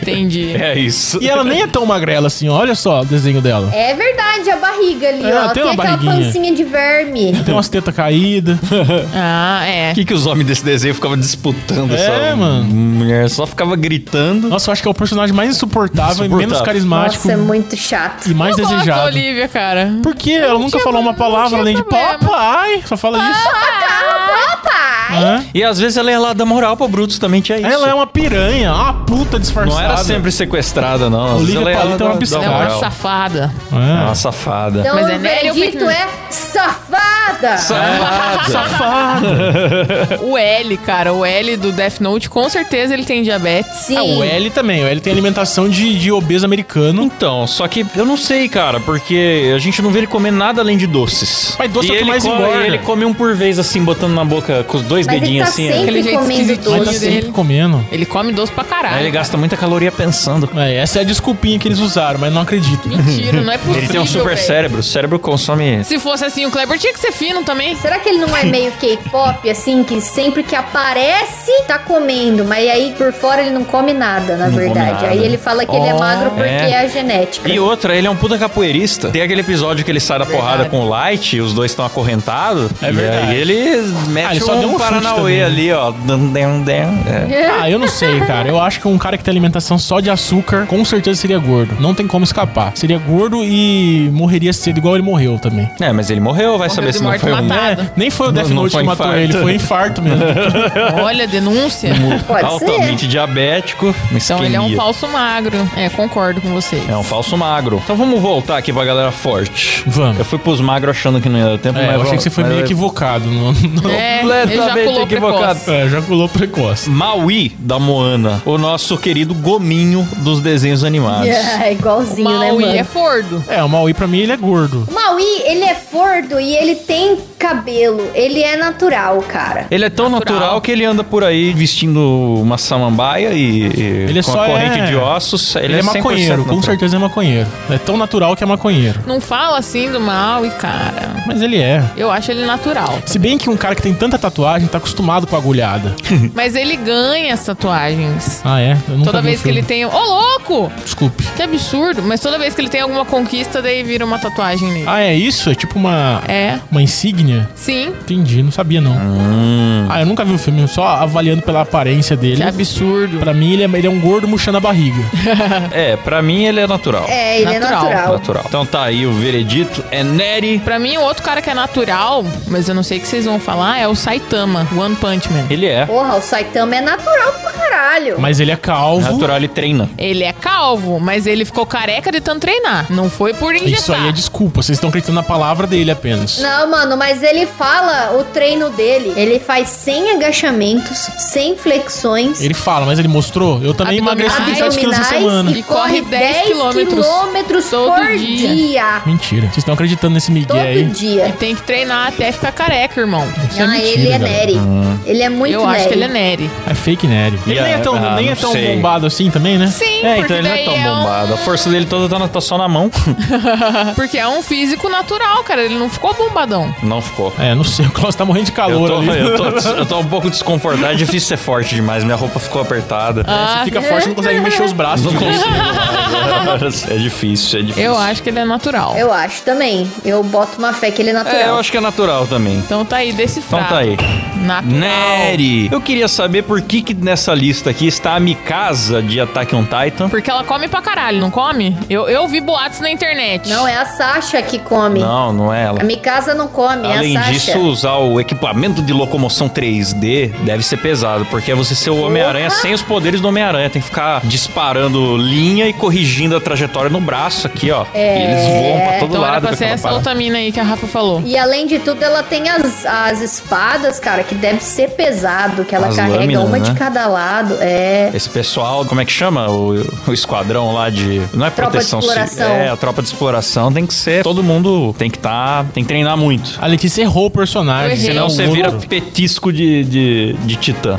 [SPEAKER 4] Entendi.
[SPEAKER 1] é isso.
[SPEAKER 2] E ela nem é tão magrela assim, olha só o desenho dela.
[SPEAKER 3] É verdade, a barriga ali,
[SPEAKER 2] É,
[SPEAKER 3] ó.
[SPEAKER 2] tem
[SPEAKER 3] Tem,
[SPEAKER 2] uma
[SPEAKER 3] aquela
[SPEAKER 2] barriguinha.
[SPEAKER 3] pancinha de verme.
[SPEAKER 2] Tem umas tetas caídas.
[SPEAKER 4] Ah, é.
[SPEAKER 1] O que, que os homens desse desenho ficavam disputando?
[SPEAKER 2] É,
[SPEAKER 1] essa
[SPEAKER 2] mano.
[SPEAKER 1] Mulher só ficava gritando.
[SPEAKER 2] Nossa, eu acho que é o personagem mais insuportável, e
[SPEAKER 1] Insuportável.
[SPEAKER 2] menos carismático
[SPEAKER 3] Nossa, é muito chato.
[SPEAKER 2] e mais
[SPEAKER 4] eu gosto da
[SPEAKER 2] desejado.
[SPEAKER 4] Olivia, cara.
[SPEAKER 2] Por quê? Ela nunca
[SPEAKER 4] tinha-
[SPEAKER 2] falou uma
[SPEAKER 4] não
[SPEAKER 2] palavra
[SPEAKER 4] tinha
[SPEAKER 2] além de
[SPEAKER 4] problema.
[SPEAKER 2] papai. Só fala isso.
[SPEAKER 3] Ah, Papai!
[SPEAKER 2] Hã?
[SPEAKER 1] E às vezes ela ia lá dar moral pro Brutus também, tinha isso.
[SPEAKER 2] Ela é uma piranha, uma puta disfarçada.
[SPEAKER 1] Não era sempre sequestrada, não. Às vezes
[SPEAKER 2] Olivia
[SPEAKER 1] ela ia lá
[SPEAKER 2] Palito é
[SPEAKER 1] dar-
[SPEAKER 2] uma
[SPEAKER 1] dar
[SPEAKER 2] piscina.
[SPEAKER 4] Ela é uma
[SPEAKER 1] moral. (laughs)
[SPEAKER 4] safada.
[SPEAKER 1] É
[SPEAKER 2] É.
[SPEAKER 1] uma safada.
[SPEAKER 3] Então
[SPEAKER 4] Mas
[SPEAKER 3] o
[SPEAKER 4] é nerd ou fake
[SPEAKER 3] veredito
[SPEAKER 4] news?
[SPEAKER 3] é safada!
[SPEAKER 1] Safada.
[SPEAKER 2] Safada.
[SPEAKER 4] O L, cara, o L do Death Note, com certeza ele tem diabetes.
[SPEAKER 3] Sim.
[SPEAKER 2] Ah, o L também. O L tem alimentação de, de obeso americano.
[SPEAKER 1] Então, só que eu não sei, cara, porque a gente não vê ele comer nada além de doces.
[SPEAKER 2] Mas doce
[SPEAKER 1] e
[SPEAKER 2] é o que
[SPEAKER 1] ele
[SPEAKER 2] mais
[SPEAKER 1] come,
[SPEAKER 2] engorda.
[SPEAKER 1] Ele come um por vez, assim, botando na boca com os dois
[SPEAKER 3] Mas ele
[SPEAKER 1] dedinhos,
[SPEAKER 3] tá
[SPEAKER 1] assim.
[SPEAKER 2] né?
[SPEAKER 1] ó.
[SPEAKER 3] sempre
[SPEAKER 4] Aquele jeito
[SPEAKER 3] comendo
[SPEAKER 4] esquisitinho.
[SPEAKER 2] Mas tá
[SPEAKER 4] Olho
[SPEAKER 3] doce.
[SPEAKER 2] sempre
[SPEAKER 4] dele.
[SPEAKER 2] comendo.
[SPEAKER 4] Ele come doce pra caralho.
[SPEAKER 1] Aí ele gasta muita caloria pensando.
[SPEAKER 2] É, essa é a desculpinha que eles usaram, mas não acredito.
[SPEAKER 4] Mentira, não é
[SPEAKER 1] (laughs)
[SPEAKER 4] possível.
[SPEAKER 1] Ele tem um super
[SPEAKER 4] velho.
[SPEAKER 1] cérebro. O cérebro consome.
[SPEAKER 4] Se fosse assim, o Kleber tinha que ser fino também.
[SPEAKER 3] Será que ele não é meio K-pop, assim, que sempre que aparece, tá comendo, mas aí por fora ele não come nada, na
[SPEAKER 1] Não come
[SPEAKER 3] verdade.
[SPEAKER 1] nada.
[SPEAKER 3] Aí ele fala que ele é
[SPEAKER 2] Oh,
[SPEAKER 3] magro porque
[SPEAKER 1] é.
[SPEAKER 3] é, a genética.
[SPEAKER 1] E outra, ele é um puta capoeirista. Tem aquele episódio que ele sai da porrada com o Light, os dois estão acorrentados.
[SPEAKER 2] É verdade.
[SPEAKER 1] E aí ele mete
[SPEAKER 2] Ah, ele
[SPEAKER 1] um,
[SPEAKER 2] só deu um chute também,
[SPEAKER 1] Paranauê
[SPEAKER 2] né?
[SPEAKER 1] ali, ó. Dum, dum, dum. É.
[SPEAKER 2] Ah, eu não sei, cara. Eu acho que um cara que tem alimentação só de açúcar, com certeza seria gordo. Não tem como escapar. Seria gordo e morreria cedo, igual ele morreu também.
[SPEAKER 1] É, mas ele morreu, vai saber
[SPEAKER 4] de
[SPEAKER 1] se não
[SPEAKER 4] morte
[SPEAKER 1] foi um. É,
[SPEAKER 4] matada.
[SPEAKER 1] (laughs)
[SPEAKER 4] Nada.
[SPEAKER 2] Nem foi o Death
[SPEAKER 1] Não- não
[SPEAKER 2] Note
[SPEAKER 1] foi
[SPEAKER 2] que matou
[SPEAKER 1] infarto.
[SPEAKER 2] ele, foi um infarto mesmo.
[SPEAKER 1] (laughs)
[SPEAKER 4] Olha, denúncia.
[SPEAKER 3] Pode
[SPEAKER 1] né? altamente diabético.
[SPEAKER 4] Então ele é um
[SPEAKER 1] isquemia.
[SPEAKER 4] falso magro. É, concordo com vocês.
[SPEAKER 1] É um falso magro. Então vamos voltar aqui pra galera forte.
[SPEAKER 2] Vamos.
[SPEAKER 1] Eu fui pros magros achando que não ia dar tempo,
[SPEAKER 2] É,
[SPEAKER 1] mas
[SPEAKER 2] eu achei que você foi meio
[SPEAKER 1] equivocado.
[SPEAKER 2] equivocado. Não, não.
[SPEAKER 4] É,
[SPEAKER 1] um Completamente
[SPEAKER 4] ejaculou
[SPEAKER 1] equivocado.
[SPEAKER 4] precoce.
[SPEAKER 2] É, já pulou precoce.
[SPEAKER 1] Maui da Moana, o nosso querido gominho dos desenhos animados.
[SPEAKER 3] (laughs) É, igualzinho, né,
[SPEAKER 4] Maui
[SPEAKER 3] mano?
[SPEAKER 4] é fordo.
[SPEAKER 2] É, o Maui pra mim ele é gordo.
[SPEAKER 3] O Maui, ele é fordo e ele tem cabelo. Ele é natural, cara.
[SPEAKER 1] Ele é tão natural.
[SPEAKER 4] Natural.
[SPEAKER 1] que ele anda por aí vestindo uma samambaia e, e
[SPEAKER 2] Ele
[SPEAKER 1] com
[SPEAKER 2] só
[SPEAKER 1] a corrente
[SPEAKER 2] é-
[SPEAKER 1] de ossos. Ele,
[SPEAKER 2] Ele, é
[SPEAKER 1] 100%
[SPEAKER 2] maconheiro, com
[SPEAKER 1] natural.
[SPEAKER 2] certeza é maconheiro. É tão natural que é maconheiro.
[SPEAKER 4] Não fala assim do Maui, cara.
[SPEAKER 2] Mas ele é.
[SPEAKER 4] Eu acho ele natural.
[SPEAKER 2] Se bem que um cara que tem tanta tatuagem tá acostumado com a agulhada.
[SPEAKER 4] Mas ele ganha as tatuagens.
[SPEAKER 2] Ah, é? Eu nunca
[SPEAKER 4] Toda
[SPEAKER 2] vi o
[SPEAKER 4] vez que
[SPEAKER 2] filme.
[SPEAKER 4] ele tem. Ô, louco!
[SPEAKER 2] Desculpe.
[SPEAKER 4] Que absurdo. Mas toda vez que ele tem alguma conquista, daí vira uma tatuagem nele.
[SPEAKER 2] Ah, é isso? É tipo uma.
[SPEAKER 1] Ah.
[SPEAKER 4] É.
[SPEAKER 2] Uma insígnia?
[SPEAKER 4] Sim.
[SPEAKER 2] Entendi, não sabia não.
[SPEAKER 1] Hum.
[SPEAKER 2] Ah, eu nunca vi o filme, só avaliando pela aparência dele.
[SPEAKER 4] Que absurdo.
[SPEAKER 2] Pra mim, ele é, ele é um gordo murchando a barriga.
[SPEAKER 1] É, pra mim ele é natural.
[SPEAKER 3] É, ele
[SPEAKER 4] Natural.
[SPEAKER 3] é natural.
[SPEAKER 1] Natural. Então tá aí o veredito. É Neri.
[SPEAKER 4] Pra mim, o outro cara que é natural, mas eu não sei o que vocês vão falar, é o Saitama, One Punch Man.
[SPEAKER 1] Ele é.
[SPEAKER 3] Porra, o Saitama é natural pra caralho.
[SPEAKER 2] Mas ele é calvo.
[SPEAKER 1] Natural, ele treina.
[SPEAKER 4] Ele é calvo, mas ele ficou careca de tanto treinar. Não foi por injetar.
[SPEAKER 2] Isso aí é desculpa, vocês estão acreditando na palavra dele apenas.
[SPEAKER 3] Não, mano, mas ele fala o treino dele. Ele faz 100 agachamentos, 100 flexões,
[SPEAKER 2] Ele fala, mas ele mostrou. Eu também
[SPEAKER 4] Abdominais,
[SPEAKER 2] emagreci 27 quilos essa semana.
[SPEAKER 3] e corre 10 quilômetros,
[SPEAKER 4] todo
[SPEAKER 3] por
[SPEAKER 4] dia.
[SPEAKER 3] dia.
[SPEAKER 2] Mentira. Vocês estão acreditando nesse Miguel
[SPEAKER 3] Todo
[SPEAKER 1] é
[SPEAKER 2] aí?
[SPEAKER 4] E
[SPEAKER 3] dia.
[SPEAKER 4] tem que treinar até ficar careca, irmão.
[SPEAKER 2] Isso é
[SPEAKER 3] ah,
[SPEAKER 2] mentira,
[SPEAKER 3] ele é
[SPEAKER 2] galera.
[SPEAKER 3] Nery.
[SPEAKER 1] Ah.
[SPEAKER 3] Ele é muito
[SPEAKER 4] eu
[SPEAKER 3] Nery.
[SPEAKER 4] acho que ele é Nery.
[SPEAKER 2] É fake Nery. Ele
[SPEAKER 1] E
[SPEAKER 2] nem é
[SPEAKER 1] a-
[SPEAKER 2] tão,
[SPEAKER 1] ah,
[SPEAKER 2] nem é
[SPEAKER 1] não
[SPEAKER 2] tão
[SPEAKER 1] sei.
[SPEAKER 2] bombado assim também, né?
[SPEAKER 4] Sim,
[SPEAKER 1] É,
[SPEAKER 4] porque
[SPEAKER 1] então ele não é
[SPEAKER 4] daí
[SPEAKER 1] tão
[SPEAKER 4] um-
[SPEAKER 1] bombado. A força dele toda tá, na- tá só na mão. (laughs)
[SPEAKER 4] Porque é um físico natural, cara. Ele não ficou bombadão.
[SPEAKER 1] Não ficou.
[SPEAKER 2] É, não sei. (laughs) O Klaus tá morrendo de
[SPEAKER 1] Eu
[SPEAKER 2] calor
[SPEAKER 1] tô,
[SPEAKER 2] ali.
[SPEAKER 1] eu, tô, eu tô um pouco desconfortável. É difícil ser forte demais. Minha roupa ficou apertada.
[SPEAKER 4] Ah.
[SPEAKER 2] Você fica forte, não consegue mexer os braços.
[SPEAKER 1] Não
[SPEAKER 2] direito.
[SPEAKER 1] consigo mais. É difícil, é difícil.
[SPEAKER 4] Eu acho que ele é natural.
[SPEAKER 3] Eu acho também. Eu boto uma fé que ele é natural.
[SPEAKER 1] É, eu acho que é natural também.
[SPEAKER 4] Então tá aí, desse
[SPEAKER 1] Então tá aí.
[SPEAKER 4] Natural.
[SPEAKER 1] Nery! Eu queria saber por que, que nessa lista aqui está a Mikasa de Attack on Titan.
[SPEAKER 4] Porque ela come pra caralho, não come? Eu, eu vi boatos na internet.
[SPEAKER 3] Não, é a Sasha que come.
[SPEAKER 1] Não, não é ela.
[SPEAKER 3] A Mikasa não come,
[SPEAKER 1] Além
[SPEAKER 3] é a Sasha.
[SPEAKER 1] disso, usar o equipamento de locomoção 3D deve ser pesado, porque é você ser o Homem-Aranha sem os poderes do Homem-Aranha. Tem que ficar disparando linha e corrigindo a trajetória no braço aqui, ó. E
[SPEAKER 3] É.
[SPEAKER 1] eles voam pra todo
[SPEAKER 4] Então era
[SPEAKER 1] lado.
[SPEAKER 4] pra
[SPEAKER 1] com
[SPEAKER 4] ser
[SPEAKER 1] aquela
[SPEAKER 4] essa
[SPEAKER 1] parada.
[SPEAKER 4] outra mina aí que a Rafa falou.
[SPEAKER 3] E além de tudo, ela tem as, as espadas, cara, que deve ser pesado, que ela
[SPEAKER 1] As
[SPEAKER 3] carrega
[SPEAKER 1] lâminas,
[SPEAKER 3] uma de
[SPEAKER 1] né?
[SPEAKER 3] cada lado. É.
[SPEAKER 1] Esse pessoal, como é que chama? O, o esquadrão lá de. Não é
[SPEAKER 3] Tropa de
[SPEAKER 1] proteção civil.
[SPEAKER 3] exploração.
[SPEAKER 1] É, a tropa de exploração tem que ser. Todo mundo tem que estar. tem que treinar muito.
[SPEAKER 2] A Letícia errou o personagem.
[SPEAKER 4] Eu errei.
[SPEAKER 1] Senão
[SPEAKER 4] É,
[SPEAKER 1] você
[SPEAKER 2] outro.
[SPEAKER 1] vira petisco de, de, de titã.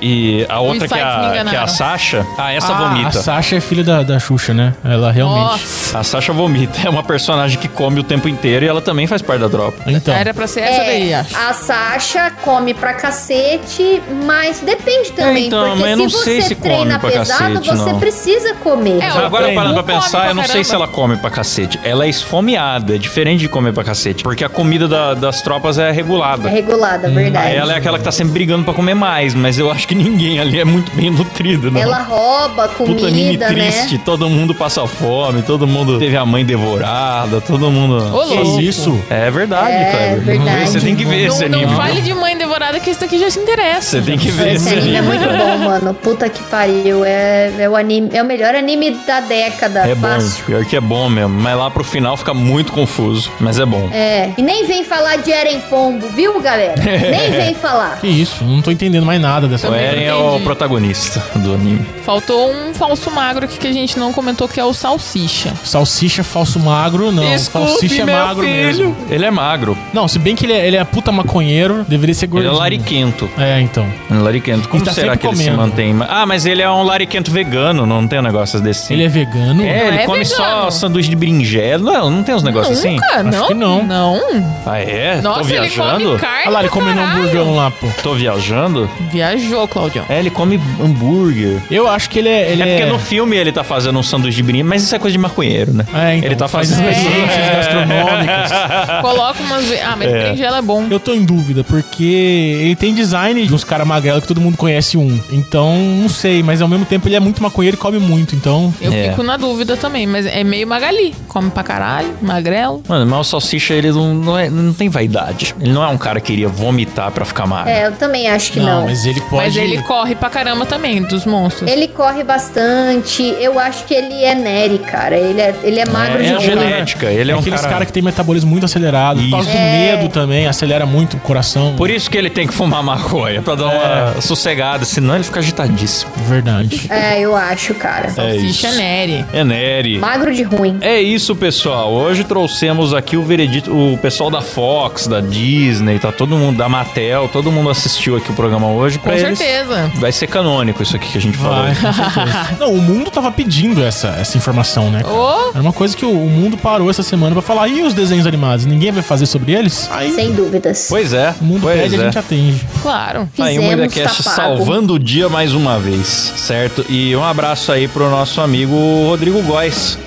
[SPEAKER 1] E a outra que é
[SPEAKER 4] sites me
[SPEAKER 1] a, que é a
[SPEAKER 4] enganaram.
[SPEAKER 1] Sasha. Ah, essa
[SPEAKER 2] Ah,
[SPEAKER 1] vomita.
[SPEAKER 2] A Sasha é filha da, da Xuxa, né? Ela realmente.
[SPEAKER 4] Nossa,
[SPEAKER 1] A Sasha vomita, é uma personagem que come o tempo inteiro e ela também faz parte da tropa.
[SPEAKER 2] Então.
[SPEAKER 4] era pra ser essa
[SPEAKER 3] É,
[SPEAKER 4] daí, acho.
[SPEAKER 3] a Sasha come pra cacete, mas depende também,
[SPEAKER 1] É, então,
[SPEAKER 3] porque
[SPEAKER 1] mas eu
[SPEAKER 3] se
[SPEAKER 1] não
[SPEAKER 3] você
[SPEAKER 1] sei se come
[SPEAKER 3] treina
[SPEAKER 1] pra
[SPEAKER 3] pesado,
[SPEAKER 1] cacete,
[SPEAKER 3] você
[SPEAKER 1] não.
[SPEAKER 3] precisa comer.
[SPEAKER 4] É,
[SPEAKER 1] Agora
[SPEAKER 2] tem.
[SPEAKER 1] parando pra
[SPEAKER 4] Não come
[SPEAKER 1] pensar,
[SPEAKER 4] pra
[SPEAKER 1] eu não sei
[SPEAKER 4] caramba.
[SPEAKER 1] se ela come pra cacete. Ela é esfomeada, é diferente de comer pra cacete. Porque a comida da- das tropas é
[SPEAKER 3] É
[SPEAKER 1] regulada.
[SPEAKER 3] regulada,
[SPEAKER 1] Aí
[SPEAKER 3] verdade.
[SPEAKER 1] ela é aquela que tá sempre brigando pra comer mais, mas eu acho que ninguém ali é muito bem nutrido, né?
[SPEAKER 3] Ela rouba
[SPEAKER 1] Puta anime
[SPEAKER 3] comida, né?
[SPEAKER 1] triste, todo mundo passa fome, todo mundo teve a mãe devorada, todo mundo.
[SPEAKER 4] Ô, louco.
[SPEAKER 2] Que isso?
[SPEAKER 1] É verdade,
[SPEAKER 3] É
[SPEAKER 1] Kleber.
[SPEAKER 3] verdade.
[SPEAKER 1] Você tem que ver esse
[SPEAKER 4] Não, não
[SPEAKER 1] anime. viu?
[SPEAKER 4] fale de mãe devorada que isso daqui já se interessa.
[SPEAKER 1] Você tem que ver
[SPEAKER 3] Esse
[SPEAKER 1] né? esse
[SPEAKER 3] anime é
[SPEAKER 1] anime.
[SPEAKER 3] muito bom, mano. Puta que pariu. É, é, o anime, é o melhor anime da década.
[SPEAKER 1] É bom,
[SPEAKER 3] fácil.
[SPEAKER 1] pior que é bom mesmo. Mas lá pro final fica muito confuso. Mas é bom.
[SPEAKER 3] É. E nem vem falar de Eren Pombo,
[SPEAKER 1] (laughs)
[SPEAKER 3] viu, galera? nem vem falar.
[SPEAKER 2] Que isso? Eu Não tô entendendo mais nada dessa
[SPEAKER 1] o
[SPEAKER 2] merda.
[SPEAKER 1] Eren é
[SPEAKER 4] entendi.
[SPEAKER 1] o protagonista do anime.
[SPEAKER 4] Faltou um falso magro aqui que a gente não comentou, que é o Salsicha.
[SPEAKER 2] Salsicha falso magro, não.
[SPEAKER 4] Desculpe,
[SPEAKER 2] Salsicha é
[SPEAKER 4] meu
[SPEAKER 2] magro
[SPEAKER 4] filho.
[SPEAKER 2] mesmo.
[SPEAKER 1] Ele é magro.
[SPEAKER 2] Não, se bem que ele é, ele é puta maconheiro, deveria ser
[SPEAKER 1] Ele é
[SPEAKER 2] gordinho.
[SPEAKER 1] lariquento.
[SPEAKER 2] É, então.
[SPEAKER 1] Ele é lariquento. Como
[SPEAKER 2] tá
[SPEAKER 1] será
[SPEAKER 2] sempre
[SPEAKER 1] que ele se
[SPEAKER 2] comendo.
[SPEAKER 1] mantém? Ah, mas ele é um lariquento vegano, não tem um negócio desse assim?
[SPEAKER 2] Ele é vegano.
[SPEAKER 1] É, ele
[SPEAKER 4] é
[SPEAKER 1] come só
[SPEAKER 4] vegano.
[SPEAKER 1] sanduíche de berinjela. Não, não tem uns negócios assim?
[SPEAKER 4] Nunca,
[SPEAKER 2] Acho
[SPEAKER 4] não.
[SPEAKER 2] que não.
[SPEAKER 4] Não.
[SPEAKER 1] Ah, é?
[SPEAKER 4] Nossa,
[SPEAKER 1] Tô
[SPEAKER 4] ele é
[SPEAKER 1] viajando?
[SPEAKER 4] come carne.
[SPEAKER 2] Olha lá, ele comendo um
[SPEAKER 4] caralho.
[SPEAKER 2] hamburgão lá, pô.
[SPEAKER 1] Tô viajando?
[SPEAKER 4] Viajou, Claudião.
[SPEAKER 1] É, ele come hambúrguer.
[SPEAKER 2] Eu acho que ele é. Ele
[SPEAKER 1] É porque no filme ele tá fazendo um sanduíche de berinjela, mas isso é coisa de maconheiro, né?
[SPEAKER 2] É, então,
[SPEAKER 1] ele tá
[SPEAKER 2] faz É.
[SPEAKER 1] fazendo
[SPEAKER 2] experiências gastronômicas.
[SPEAKER 4] Coloca umas. ve- Ah, mas berinjela é bom.
[SPEAKER 2] (laughs) Eu tô em dúvida, porque ele tem design de uns caras magrelos que todo mundo conhece um. Então, não sei, mas ao mesmo tempo ele é muito maconheiro e come muito, então.
[SPEAKER 4] Eu
[SPEAKER 1] É.
[SPEAKER 4] fico na dúvida também, mas é meio magali. Come pra caralho, magrelo.
[SPEAKER 1] Mano, mas o Salsicha, ele não, não, é- não tem vaidade. Ele não é um cara que iria vomitar pra ficar magro.
[SPEAKER 3] É, eu também acho que não.
[SPEAKER 2] mas ele pode.
[SPEAKER 4] Mas ele corre pra caramba também, dos monstros.
[SPEAKER 3] Ele corre bastante. Eu acho que ele é Nery, cara. Ele é, ele é magro
[SPEAKER 1] é
[SPEAKER 3] de
[SPEAKER 1] um
[SPEAKER 3] boa.
[SPEAKER 1] genético. genética, ele é um
[SPEAKER 2] aqueles
[SPEAKER 1] cara-
[SPEAKER 2] que tem metabolismo muito acelerado. Por causa do medo também, acelera muito o coração.
[SPEAKER 1] Por isso que ele tem que fumar (laughs) maconha, pra dar
[SPEAKER 2] É.
[SPEAKER 1] uma sossegada, senão ele fica agitadíssimo.
[SPEAKER 3] (laughs)
[SPEAKER 2] Verdade.
[SPEAKER 3] É, eu acho, cara.
[SPEAKER 1] Tá.
[SPEAKER 4] Salsicha Neri.
[SPEAKER 1] É Nery.
[SPEAKER 3] Magro de ruim.
[SPEAKER 1] É isso, pessoal. Hoje trouxemos aqui o veredito, o pessoal da Fox, da Disney, tá todo mundo, da Mattel, todo mundo assistiu aqui o programa hoje.
[SPEAKER 4] Com
[SPEAKER 1] pra eles-
[SPEAKER 4] certeza.
[SPEAKER 1] Vai ser canônico isso aqui que a gente falou.
[SPEAKER 2] Vai, (laughs) com certeza. Não, o mundo tava pedindo essa, essa informação, né? cara?
[SPEAKER 4] Ô.
[SPEAKER 2] Era uma coisa que o, o mundo parou essa semana pra falar. E os desenhos animados? Ninguém vai fazer sobre eles?
[SPEAKER 1] É.
[SPEAKER 2] Aí
[SPEAKER 3] Sem dúvidas.
[SPEAKER 1] Pois é.
[SPEAKER 2] o mundo
[SPEAKER 1] pois
[SPEAKER 2] pede e
[SPEAKER 1] é.
[SPEAKER 2] a gente atende.
[SPEAKER 4] Claro.
[SPEAKER 1] Tá aí o
[SPEAKER 3] Fizemos,
[SPEAKER 1] MuidaCast
[SPEAKER 3] tá pago.
[SPEAKER 1] salvando o dia mais uma vez, certo? E um abraço aí pro nosso amigo Rodrigo Góes.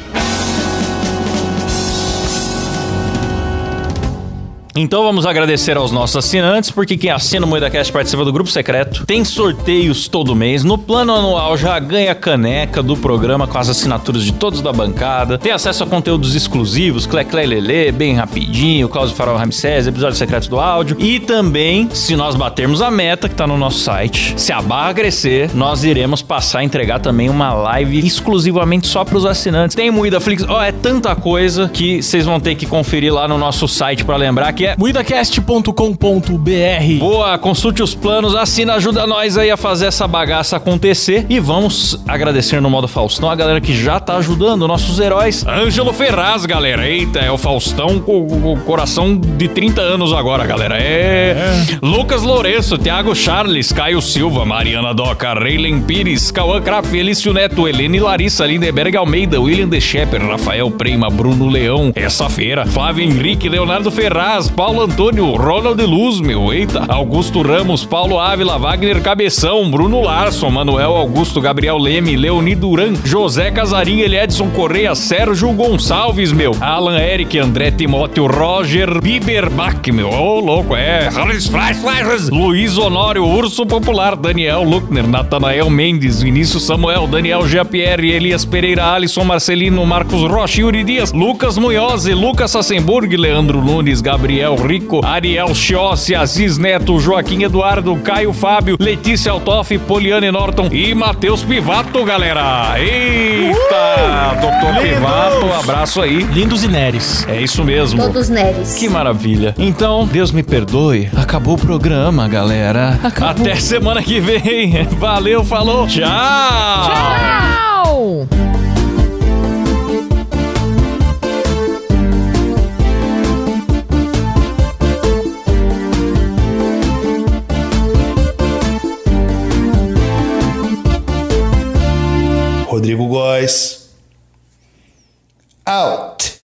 [SPEAKER 1] Então vamos agradecer aos nossos assinantes, porque quem assina o MoedaCast participa do grupo secreto. Tem sorteios todo mês. No plano anual já ganha caneca do programa com as assinaturas de todos da bancada. Tem acesso a conteúdos exclusivos, Clé Clé Lelê, Bem Rapidinho, Cláudio Farol Ramsés, episódios secretos do áudio. E também, se nós batermos a meta que tá no nosso site, se a barra crescer, nós iremos passar a entregar também uma live exclusivamente só pros assinantes. Tem Moída Flix, ó, é tanta coisa que vocês vão ter que conferir lá no nosso site pra lembrar que é
[SPEAKER 2] Moidacast.com.br
[SPEAKER 1] Boa, consulte os planos, assina, ajuda nós aí a fazer essa bagaça acontecer. E vamos agradecer no modo Faustão a galera que já tá ajudando, nossos heróis. Ângelo Ferraz, galera. Eita, é o Faustão com com- com coração de 30 anos agora, galera. É. Lucas Lourenço, Thiago Charles, Caio Silva, Mariana Doca, Reilen Pires, Cauã Kraft, Felício Neto, Helene Larissa, Lindeberg Almeida, William De Shepper, Rafael Prema, Bruno Leão, essa feira, Flávio Henrique, Leonardo Ferraz, Paulo Antônio, Ronald Luz, meu, eita, Augusto Ramos, Paulo Ávila, Wagner Cabeção, Bruno Larson, Manuel Augusto, Gabriel Leme, Leoni Duran, José Casarim, Eliedson Correia, Sérgio Gonçalves, meu, Alan Eric, André Timóteo, Roger Biberbach, meu, ô louco, é, Luiz Honório, Urso Popular, Daniel Luckner, Natanael Mendes, Vinícius Samuel, Daniel Jean-Pierre, Elias Pereira, Alisson Marcelino, Marcos Rocha, Yuri Dias, Lucas Munhozzi, Lucas Sassenburg, Leandro Nunes, Gabriel Rico, Ariel Chiossi, Aziz Neto, Joaquim Eduardo, Caio Fábio, Letícia Altoff, Poliane Norton e Matheus Pivato, galera. Eita! Doutor Pivato, um abraço aí.
[SPEAKER 2] Lindos e Neres.
[SPEAKER 1] É isso mesmo.
[SPEAKER 3] Todos neres.
[SPEAKER 1] Que maravilha. Então, Deus me perdoe. Acabou o programa, galera. Até semana que vem. (laughs) Valeu, falou. Tchau. Ah!
[SPEAKER 4] Tchau!
[SPEAKER 8] Rodrigo Góes. Out.